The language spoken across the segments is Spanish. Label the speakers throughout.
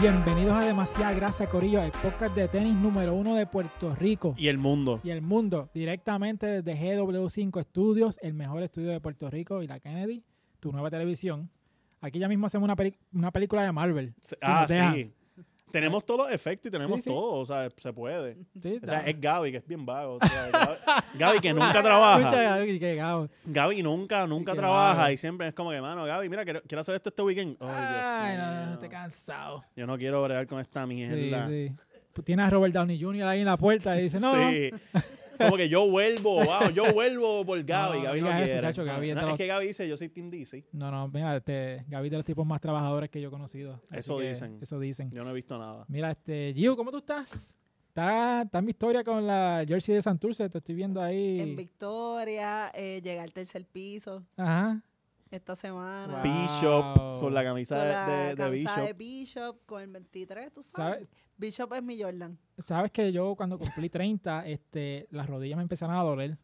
Speaker 1: Bienvenidos a Demasiada Grasa, Corillo, el podcast de tenis número uno de Puerto Rico
Speaker 2: Y el mundo.
Speaker 1: y el mundo, directamente desde GW5 Studios, el mejor estudio de Puerto Rico y la Kennedy, tu nueva televisión. Aquí ya mismo hacemos una, peli- una película de Marvel.
Speaker 2: Se-
Speaker 1: si
Speaker 2: ah,
Speaker 1: nos dejan.
Speaker 2: sí. Tenemos todos los efectos y tenemos
Speaker 1: Sí, sí.
Speaker 2: todo. O sea, se puede.
Speaker 1: Sí,
Speaker 2: O sea,
Speaker 1: da-
Speaker 2: es Gaby, que es bien vago. o sea, Gaby, Gaby que nunca
Speaker 1: Escucha,
Speaker 2: trabaja.
Speaker 1: Gaby, qué gabo.
Speaker 2: Gaby nunca, nunca
Speaker 1: Qué vago.
Speaker 2: trabaja. Y siempre es como que, mano, Gaby, mira, quiero, quiero hacer esto este weekend. Ay,
Speaker 1: Ay,
Speaker 2: Dios
Speaker 1: no,
Speaker 2: mío.
Speaker 1: no, estoy cansado.
Speaker 2: Yo no quiero bregar con esta
Speaker 1: Sí,
Speaker 2: mierda.
Speaker 1: sí. Pues Tiene a Robert Downey Jr. ahí en la puerta y dice, no, no,
Speaker 2: Sí. Como que yo vuelvo, wow, yo vuelvo por Gaby.
Speaker 1: No,
Speaker 2: Gaby no
Speaker 1: digas eso,
Speaker 2: quiere.
Speaker 1: chacho, Gaby
Speaker 2: No,
Speaker 1: entra-
Speaker 2: es que Gaby dice, yo soy Team DC.
Speaker 1: No, no, mira, este, Gaby es de los tipos más trabajadores que yo he conocido. así
Speaker 2: Eso
Speaker 1: que
Speaker 2: dicen.
Speaker 1: Eso dicen.
Speaker 2: Yo no he visto nada.
Speaker 1: Mira, este, Gio, ¿cómo tú estás? Está, está en mi historia con la jersey de Santurce, te estoy viendo
Speaker 3: en
Speaker 1: ahí.
Speaker 3: Victoria, eh, llegué al tercer piso
Speaker 1: Ajá.
Speaker 3: esta
Speaker 1: Wow.
Speaker 3: semana.
Speaker 1: Oh.
Speaker 2: Bishop, con la camisa,
Speaker 3: Con
Speaker 2: de-
Speaker 3: la
Speaker 2: de, de
Speaker 3: camisa
Speaker 2: Bishop.
Speaker 3: de Bishop, con el 23, tú sabes.
Speaker 1: ¿Sabes,
Speaker 3: Bishop es mi Jordan.
Speaker 1: sabes que yo cuando cumplí 30, este, las rodillas me empezaron a doler.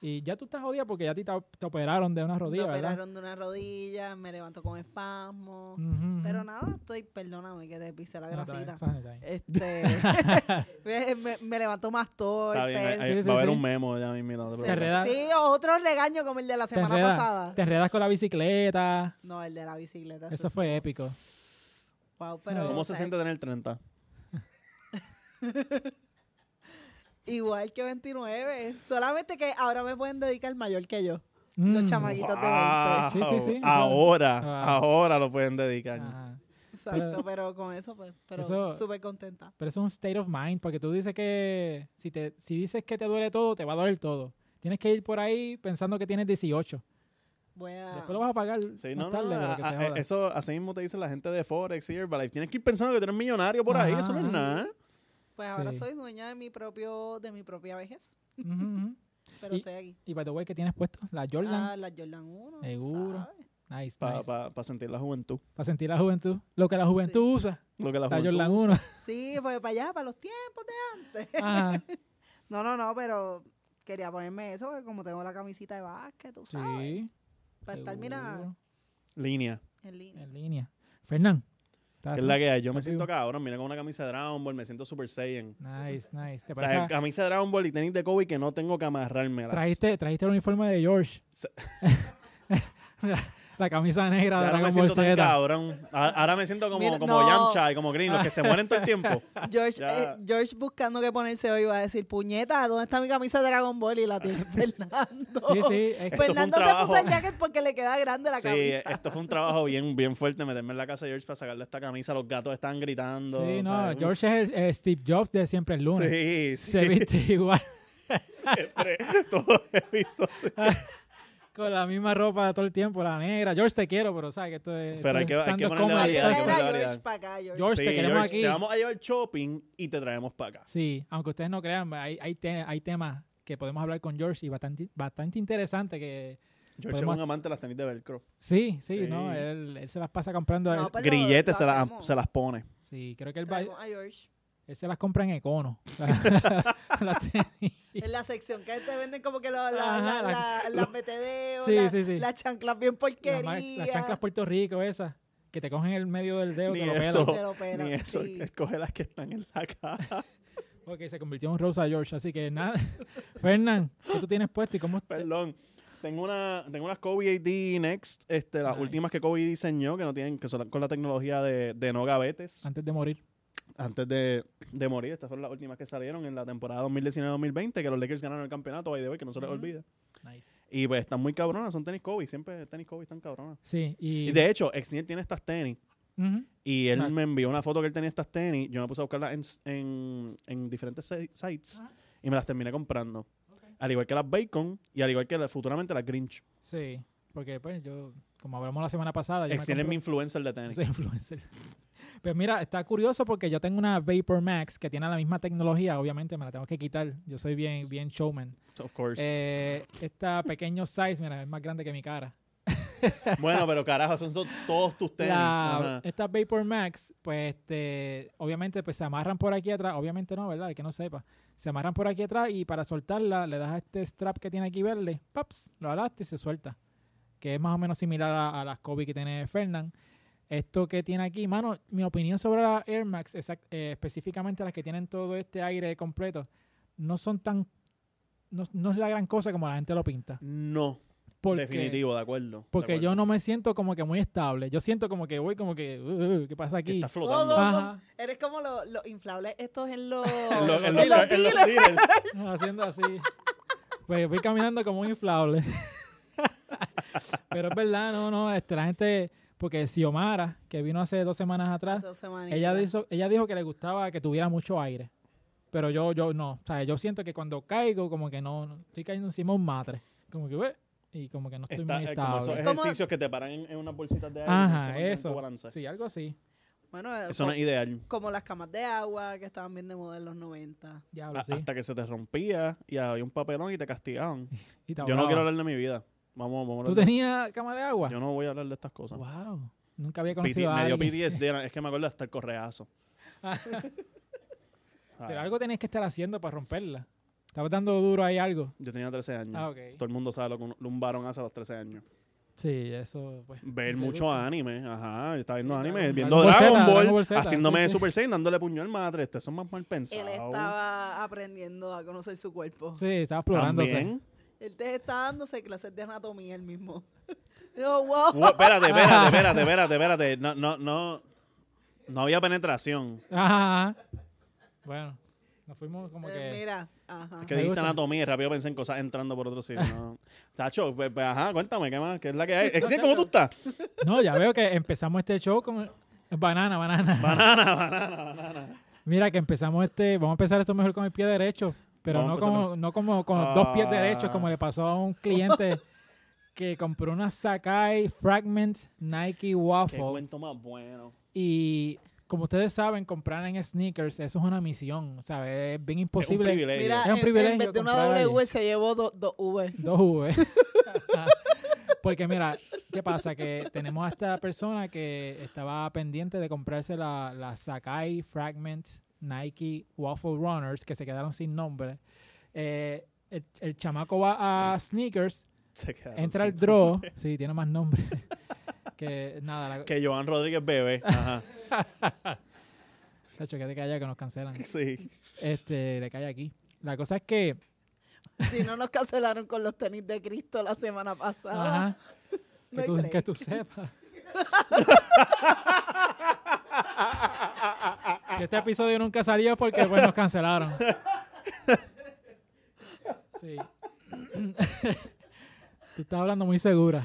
Speaker 1: Y ya tú estás jodida porque ya a ti te, te operaron de una rodilla,
Speaker 3: Ah. me
Speaker 1: ¿verdad?
Speaker 3: operaron de una rodilla, me levanto con espasmo.
Speaker 1: Ujú, ujú.
Speaker 3: Pero nada, estoy, perdóname que te pisé la
Speaker 1: Mm. No, está bien,
Speaker 3: grasita.
Speaker 1: está bien, está bien.
Speaker 3: Este, me, me- me levanto más
Speaker 2: Está bien, ahí-
Speaker 3: torpe.
Speaker 2: ahí
Speaker 1: Sí, sí,
Speaker 2: va a haber
Speaker 1: sí.
Speaker 2: un memo ya mismo. No te
Speaker 3: se-
Speaker 1: Te
Speaker 2: preocupes.
Speaker 1: enreda-
Speaker 3: sí, otro regaño como el de la
Speaker 1: Te
Speaker 3: semana
Speaker 1: enredas-
Speaker 3: pasada.
Speaker 1: Te enredas con la bicicleta.
Speaker 3: No, el de la bicicleta. ese
Speaker 1: Eso
Speaker 3: sí.
Speaker 1: fue épico.
Speaker 3: Wow, pero,
Speaker 2: ¿Cómo
Speaker 3: o
Speaker 2: se
Speaker 3: sea,
Speaker 2: siente tener 30?
Speaker 3: Igual que 29. Solamente que ahora me pueden dedicar mayor que yo.
Speaker 1: Mm.
Speaker 3: Los chamaguitos
Speaker 2: Wow.
Speaker 3: de
Speaker 1: Sí, sí, sí, Ah, eso-
Speaker 2: Ahora,
Speaker 1: Ah.
Speaker 2: ahora lo pueden dedicar.
Speaker 1: Ajá.
Speaker 3: 20. Exacto, pero con eso, pues, pero
Speaker 1: Eso-
Speaker 3: súper contenta.
Speaker 1: Pero eso es un state of mind, porque tú dices que si, te, si dices que te duele todo, te va a doler todo. Tienes que ir por ahí pensando que tienes 18.
Speaker 3: Voy a...
Speaker 1: Después lo vas a pagar
Speaker 2: Sí,
Speaker 1: más
Speaker 2: no, ah, no,
Speaker 1: tarde,
Speaker 2: no,
Speaker 1: pero que
Speaker 2: a-
Speaker 1: se
Speaker 2: a-
Speaker 1: joda.
Speaker 2: eso así mismo te dice la gente de Forex y Herbalife. Tienes que ir pensando que tú eres millonario por ahí. Eso no
Speaker 1: Ajá.
Speaker 2: es nada.
Speaker 3: Pues ahora
Speaker 1: Sí.
Speaker 3: soy dueña de mi propio, de mi propia vejez,
Speaker 1: Ujú, ujú.
Speaker 3: pero
Speaker 1: Y-
Speaker 3: estoy aquí.
Speaker 1: Y by the way, ¿qué tienes puesto? La
Speaker 3: Ah,
Speaker 1: Jordan.
Speaker 3: la Jordan 1.
Speaker 1: Seguro. nice,
Speaker 2: Para
Speaker 1: nice.
Speaker 2: sentir la juventud.
Speaker 1: Para sentir la juventud. Lo que la juventud usa.
Speaker 2: Lo que la
Speaker 1: La
Speaker 2: juventud
Speaker 1: Jordan
Speaker 2: usa.
Speaker 1: 1.
Speaker 3: Sí, pues para allá, para los tiempos de antes.
Speaker 1: Ajá.
Speaker 3: No, no, no, pero quería ponerme eso, porque como tengo la camisita de básquet, tú sabes.
Speaker 1: Sí.
Speaker 3: Para estar, mira,
Speaker 1: seguro.
Speaker 2: Línea.
Speaker 3: en línea.
Speaker 1: En línea. Fernán. ¿estás
Speaker 2: que es la que hay. Yo me
Speaker 1: Está
Speaker 2: siento
Speaker 1: vivo.
Speaker 2: cabrón. Mira con una camisa de Dragon Ball. Me siento Super Saiyan.
Speaker 1: tú? Nice, nice. ¿Te
Speaker 2: O sea,
Speaker 1: parece?
Speaker 2: camisa de Dragon Ball y tenis de Kobe que no tengo que amarrarme.
Speaker 1: Trajiste, trajiste el uniforme de George.
Speaker 2: Se-
Speaker 1: Mira, la camisa negra de
Speaker 2: Ahora
Speaker 1: Dragon
Speaker 2: me
Speaker 1: Ball
Speaker 2: siento tan
Speaker 1: Z.
Speaker 2: cabrón. A- Ahora me siento como,
Speaker 3: Mira,
Speaker 2: como
Speaker 3: no.
Speaker 2: Yamcha y como Green, los que se mueren todo el tiempo.
Speaker 3: George,
Speaker 2: Ya.
Speaker 3: eh, George buscando qué ponerse hoy va a decir, puñeta, ¿dónde está mi camisa de Dragon Ball? Y la tiene Fernando.
Speaker 1: Sí, sí. es-
Speaker 2: fue un
Speaker 3: Fernando se puso el
Speaker 2: trabajo.
Speaker 3: jacket porque le queda grande la
Speaker 2: Sí,
Speaker 3: camisa.
Speaker 2: esto fue un trabajo bien, bien fuerte, meterme en la casa de George para sacarle esta camisa. Los gatos estaban gritando.
Speaker 1: Sí,
Speaker 2: o
Speaker 1: no,
Speaker 2: sea, uf.
Speaker 1: George es el, eh, Steve Jobs de siempre el lunes.
Speaker 2: Sí, sí.
Speaker 1: Se viste igual
Speaker 2: siempre, todo el episodio.
Speaker 1: con la misma ropa todo el tiempo, la negra. George te quiero, pero sabes que esto es.
Speaker 2: Pero hay
Speaker 1: esto es
Speaker 2: que- hay que
Speaker 1: stand-up
Speaker 2: ponerle
Speaker 1: comedy,
Speaker 3: Hay que
Speaker 2: variedad, hay que
Speaker 1: exacto.
Speaker 3: traer a
Speaker 2: ponerle
Speaker 3: George
Speaker 2: variedad.
Speaker 3: para acá, George.
Speaker 1: George, te queremos aquí.
Speaker 2: Te vamos a llevar shopping y te traemos para acá.
Speaker 1: Sí, aunque ustedes no crean, hay, hay, te- hay temas que podemos hablar con George y bastante, bastante interesante que
Speaker 2: George
Speaker 1: Podemos-
Speaker 2: es un amante de las tenis de velcro.
Speaker 1: sí, sí,
Speaker 2: Sí.
Speaker 1: no, él, él se las pasa comprando.
Speaker 3: No,
Speaker 1: él-
Speaker 3: pero
Speaker 2: Grilletes
Speaker 3: Pues lo
Speaker 2: se, las-
Speaker 3: hacemos.
Speaker 2: se las pone.
Speaker 1: sí, creo que él, va-
Speaker 3: Traemos a George.
Speaker 1: él se las compra en Econo. Las tenis.
Speaker 3: En la sección que te venden como que los
Speaker 1: Ajá, la-
Speaker 3: las metedeos,
Speaker 1: Sí,
Speaker 3: la-
Speaker 1: sí, sí.
Speaker 3: las chanclas bien porquerías.
Speaker 1: Las ma- las chanclas Puerto Rico esas, que te cogen el medio del dedo,
Speaker 2: Ni
Speaker 1: te lo
Speaker 2: eso.
Speaker 1: pelan.
Speaker 3: Te lo pelan,
Speaker 2: Ni eso,
Speaker 3: sí.
Speaker 2: escoge las que están en la caja.
Speaker 1: Ok, se convirtió en un Rosa George, así que nada. Fernán, ¿qué tú tienes puesto y cómo? te-
Speaker 2: Perdón. Tengo una, tengo unas Kobe AD Next, este, las
Speaker 1: Nice.
Speaker 2: últimas que Kobe diseñó, que no tienen, que son con la tecnología de, de no gavetes.
Speaker 1: Antes de morir.
Speaker 2: antes de, de morir. Estas fueron las últimas que salieron en la temporada 2019-2020, que los Lakers ganaron el campeonato, by the way, que no se les
Speaker 3: Ujú.
Speaker 2: olvide.
Speaker 1: Nice.
Speaker 2: Y pues están muy cabronas, son tenis Kobe, siempre tenis Kobe están cabronas.
Speaker 1: Sí, y.
Speaker 2: Y de hecho, Exniel tiene estas tenis.
Speaker 1: Ujú.
Speaker 2: Y él
Speaker 1: Exacto.
Speaker 2: me envió una foto que él tenía estas tenis. Yo me puse a buscarlas en, s- en, en diferentes si- sites
Speaker 1: Ajá.
Speaker 2: y me las terminé comprando. Al igual que las Bacon y al igual que la- futuramente las Grinch.
Speaker 1: Sí, porque pues yo, como hablamos la semana pasada, Ah, yo me
Speaker 2: Exniel es mi
Speaker 1: compro-
Speaker 2: influencer de tenis.
Speaker 1: soy influencer. Pues mira, está curioso porque yo tengo una Vapor Max que tiene la misma tecnología, obviamente me la tengo que quitar. Yo soy bien, bien showman.
Speaker 2: Of course.
Speaker 1: Eh, esta pequeño size, mira, es más grande que mi cara.
Speaker 2: Bueno, pero carajo, son to- todos tus tenis.
Speaker 1: La- eh,
Speaker 2: Ajá.
Speaker 1: estas Vapor Max, pues este, obviamente pues, se amarran por aquí atrás, obviamente no, ¿verdad? El que no sepa. Se amarran por aquí atrás y para soltarla le das a este strap que tiene aquí verde, paps, lo alaste y se suelta. Que es más o menos similar a, a las Kobe que tiene Fernand. Esto que tiene aquí, mano, mi opinión sobre las Air Max, exact- eh, específicamente las que tienen todo este aire completo, no son tan. No, no es la gran cosa como la gente lo pinta.
Speaker 2: No,
Speaker 1: Porque,
Speaker 2: definitivo, de acuerdo. de
Speaker 1: Porque yo
Speaker 2: acuerdo.
Speaker 1: no me siento como que muy estable. Yo siento como que voy como que. "Uh, uh, ¿Qué pasa
Speaker 2: Que
Speaker 1: aquí?
Speaker 2: está flotando.
Speaker 3: Todo-
Speaker 1: Ajá.
Speaker 3: Eres como lo- los inflables estos en los...
Speaker 2: En los- en
Speaker 3: en
Speaker 2: los-
Speaker 3: los
Speaker 2: en los
Speaker 3: dealers.
Speaker 2: dealers.
Speaker 1: haciendo así. Pues voy caminando como un inflable. Pero es verdad, no, no, este, la gente, porque Xiomara, que vino hace dos semanas atrás,
Speaker 3: Hace dos semanitas.
Speaker 1: ella dijo, ella dijo que le gustaba que tuviera mucho aire. Pero yo, yo no, o sea, yo siento que cuando caigo, como que no, no, estoy cayendo encima de un matre. Como que, "Ué", y como que no estoy
Speaker 2: Está-
Speaker 1: muy
Speaker 2: eh, como
Speaker 1: estable.
Speaker 2: esos
Speaker 3: Es como-
Speaker 2: ejercicios que te paran en, en unas bolsitas de aire.
Speaker 1: Ajá,
Speaker 2: y te mantienen tu
Speaker 1: eso.
Speaker 2: balanza.
Speaker 1: Sí, algo así.
Speaker 3: Bueno, eh,
Speaker 2: Eso no
Speaker 3: como,
Speaker 2: es ideal.
Speaker 3: como las camas de agua que estaban bien de moda en los 90.
Speaker 1: Diablo,
Speaker 2: A-
Speaker 1: sí.
Speaker 2: Ah, Hasta que se te rompía y había un papelón y te castigaban.
Speaker 1: Y te
Speaker 2: Yo no
Speaker 1: ahogaba.
Speaker 2: quiero hablar de mi vida. Vamos, vamos a
Speaker 1: ¿Tú
Speaker 2: hablar de-
Speaker 1: tenías cama de agua?
Speaker 2: Yo no voy a hablar de estas cosas.
Speaker 1: Wow. Nunca había
Speaker 2: PT
Speaker 1: conocido a
Speaker 2: me dio
Speaker 1: alguien.
Speaker 2: PTSD, era- es que me acuerdo hasta el correazo. Ah,
Speaker 1: Pero algo tenías que estar haciendo para romperla. Estabas dando duro ahí algo.
Speaker 2: Yo tenía 13 años.
Speaker 1: Ah, ok.
Speaker 2: Todo el mundo sabe lo que un, un varón hace a los 13 años.
Speaker 1: Sí, eso, pues.
Speaker 2: Ver
Speaker 1: te
Speaker 2: mucho
Speaker 1: gusta.
Speaker 2: anime, ajá. Yo estaba viendo
Speaker 1: Sí,
Speaker 2: anime,
Speaker 1: Dragon-
Speaker 2: viendo
Speaker 1: Dragon Ball
Speaker 2: Dragon
Speaker 1: Z,
Speaker 2: Ball,
Speaker 1: Dragon Ball Z,
Speaker 2: haciéndome
Speaker 1: sí,
Speaker 2: de
Speaker 1: sí.
Speaker 2: Super Saiyan, dándole puño al madre. Estos son más mal
Speaker 3: Él
Speaker 2: pensados.
Speaker 3: estaba aprendiendo a conocer su cuerpo.
Speaker 1: Sí, estaba explorándose.
Speaker 2: También.
Speaker 3: Él te está dándose clases de anatomía él mismo. Yo, wow.
Speaker 2: Uh, espérate, espérate, espérate, espérate, espérate. No, no, no. No había penetración.
Speaker 1: Ajá, ajá. Bueno, nos fuimos como
Speaker 3: Eh,
Speaker 1: que.
Speaker 3: Mira, ajá.
Speaker 2: Es que
Speaker 1: Me
Speaker 2: dijiste
Speaker 1: gusta.
Speaker 2: anatomía y rápido pensé en cosas entrando por otro sitio. No. Tacho, pues, pues, ajá, cuéntame, ¿qué más? ¿Qué es la que hay? Exil, ¿cómo tú estás?
Speaker 1: No, ya veo que empezamos este show con. Banana, banana.
Speaker 2: Banana, banana, banana.
Speaker 1: Mira, que empezamos este. Vamos a empezar esto mejor con el pie derecho. Pero no
Speaker 2: Vamos a empezar
Speaker 1: como, no como con los dos pies
Speaker 2: Ah.
Speaker 1: derechos, como le pasó a un cliente que compró una Sakai Fragment Nike
Speaker 2: Qué
Speaker 1: Waffle.
Speaker 2: cuento más bueno.
Speaker 1: Y como ustedes saben, comprar en sneakers, eso es una misión, ¿sabes? Es bien
Speaker 2: Es un
Speaker 1: imposible.
Speaker 2: privilegio.
Speaker 3: Mira,
Speaker 1: Es un
Speaker 3: en- en,
Speaker 1: privilegio
Speaker 3: vez de una
Speaker 1: comprar ahí.
Speaker 3: W se llevó do- dos V.
Speaker 1: Dos V. Porque mira, ¿qué pasa? Que tenemos a esta persona que estaba pendiente de comprarse la, la Sakai Fragment Nike Waffle Runners, que se quedaron sin nombre. Eh, el, el chamaco va a sneakers,
Speaker 2: Se quedaron
Speaker 1: entra
Speaker 2: sin-
Speaker 1: al draw, sí, tiene más nombre. que nada, la,
Speaker 2: Que Joan Rodríguez bebe. Ajá.
Speaker 1: tacho, que te calla que nos cancelan.
Speaker 2: Sí.
Speaker 1: Este, le cae aquí. La cosa es que.
Speaker 3: Si no nos cancelaron con los tenis de Cristo la semana pasada.
Speaker 1: Ajá.
Speaker 3: no
Speaker 1: Que tú,
Speaker 3: creen.
Speaker 1: que tú sepas. Si este episodio nunca salió porque pues, nos cancelaron. Sí. Tú estás hablando muy segura.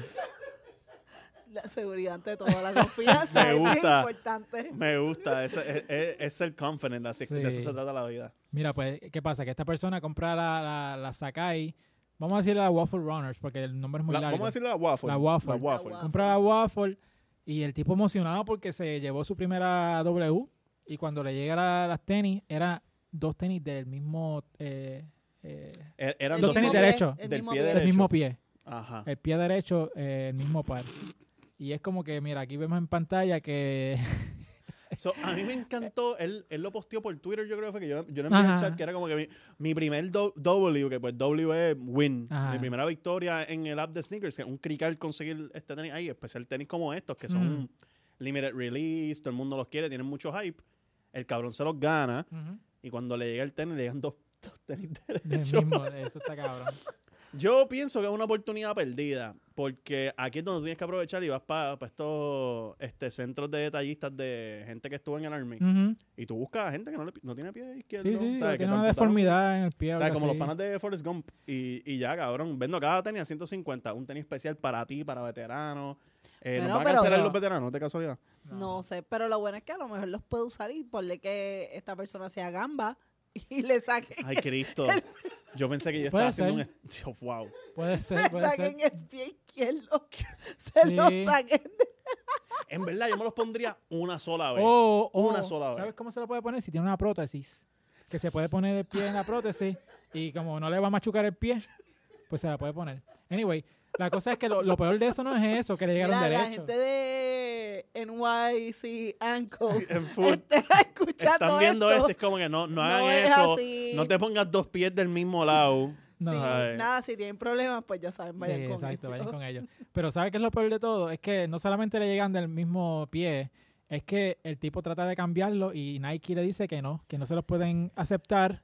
Speaker 3: La seguridad ante toda la confianza
Speaker 2: Me
Speaker 3: es bien
Speaker 2: gusta.
Speaker 3: importante.
Speaker 2: Me gusta. Es, es, es, es ser confident, así que de eso
Speaker 1: Sí.
Speaker 2: se trata la vida.
Speaker 1: Mira, pues, ¿qué pasa? Que esta persona compra la, la, la Sakai. Vamos a decirle la Waffle Runners porque el nombre es muy
Speaker 2: La-
Speaker 1: largo.
Speaker 2: vamos a decirle la waffle.
Speaker 1: La waffle.
Speaker 2: La waffle.
Speaker 3: La wa-
Speaker 1: compra la waffle y el tipo emocionado porque se llevó su primera W y cuando le llega la- las tenis eran dos tenis del mismo eh, eh,
Speaker 2: Er- Eran
Speaker 3: El
Speaker 1: Los
Speaker 2: dos
Speaker 1: tenis
Speaker 3: mismo
Speaker 1: de-
Speaker 2: tenis de...
Speaker 1: derecho.
Speaker 3: pie, el
Speaker 2: Del
Speaker 3: mismo
Speaker 2: pie
Speaker 3: pie.
Speaker 1: del mismo pie
Speaker 2: Ajá.
Speaker 1: el pie derecho eh, el mismo par y es como que mira aquí vemos en pantalla que
Speaker 2: So, a mí me encantó, él, él lo posteó por Twitter, yo creo que fue que yo, yo le envié
Speaker 1: Ajá.
Speaker 2: un chat que era como que mi, mi primer do- W, que pues W es win,
Speaker 1: Ajá.
Speaker 2: mi primera victoria en el app de sneakers, que es un crical conseguir este tenis ahí, especial tenis como estos, que son
Speaker 1: Mm.
Speaker 2: limited release, todo el mundo los quiere, tienen mucho hype, el cabrón se los gana
Speaker 1: Ujú.
Speaker 2: y cuando le llega el tenis le llegan dos, dos tenis
Speaker 1: El
Speaker 2: derechos.
Speaker 1: mismo, eso está cabrón
Speaker 2: Yo pienso que es una oportunidad perdida, porque aquí es donde tienes que aprovechar y vas para estos este, centros de detallistas de gente que estuvo en el Army.
Speaker 1: Ujú.
Speaker 2: Y tú buscas a gente que no, le pi- no tiene pie izquierdo.
Speaker 1: Mm. sí sí
Speaker 2: ¿sabes? Que
Speaker 1: tiene una
Speaker 2: te amputaron.
Speaker 1: deformidad en el pie
Speaker 2: O
Speaker 1: o
Speaker 2: sea,
Speaker 1: algo
Speaker 2: como los
Speaker 1: así.
Speaker 2: panas de Forrest Gump. Y, y ya, cabrón. Vendo cada tenis a 150. Un tenis especial para ti, para veteranos. Eh,
Speaker 3: Bueno,
Speaker 2: ¿Nos van a
Speaker 3: pero-
Speaker 2: cancelar los veteranos, de casualidad?
Speaker 3: No sé, pero lo bueno es que a lo mejor los puede usar y ponle que esta persona sea gamba y le
Speaker 1: Ah,
Speaker 3: saquen,
Speaker 2: Ay, Cristo. Yo pensé que yo
Speaker 1: Puede
Speaker 2: estaba haciendo un... est- Dios, wow.
Speaker 1: puede ser
Speaker 3: le
Speaker 1: puede ser
Speaker 3: saquen el pie izquierdo, se
Speaker 1: Sí.
Speaker 3: lo saquen.
Speaker 2: En verdad, yo me los pondría una sola vez.
Speaker 1: O, o,
Speaker 2: Una sola vez.
Speaker 1: ¿Sabes cómo se lo puede poner? Si tiene una prótesis. Que se puede poner el pie en la prótesis y como no le va a machucar el pie, pues se la puede poner. Anyway, la cosa es que lo, lo peor de eso no es eso, que le llegaron
Speaker 3: Mira, la
Speaker 1: derecho.
Speaker 3: gente de NYC Anco
Speaker 2: En full.
Speaker 3: está escuchando
Speaker 2: Están viendo este esto.
Speaker 3: esto.
Speaker 2: Es como que no, no hagan
Speaker 3: No es
Speaker 2: eso.
Speaker 3: así.
Speaker 2: No te pongas dos pies del mismo lado.
Speaker 1: No,
Speaker 3: Sí,
Speaker 2: Ay.
Speaker 3: nada, si tienen problemas, pues ya saben, vayan
Speaker 1: Sí,
Speaker 3: con
Speaker 1: exacto,
Speaker 3: ellos.
Speaker 1: vayan con ellos. Pero ¿sabes qué es lo peor de todo? Es que no solamente le llegan del mismo pie, es que el tipo trata de cambiarlo y Nike le dice que no, que no se los pueden aceptar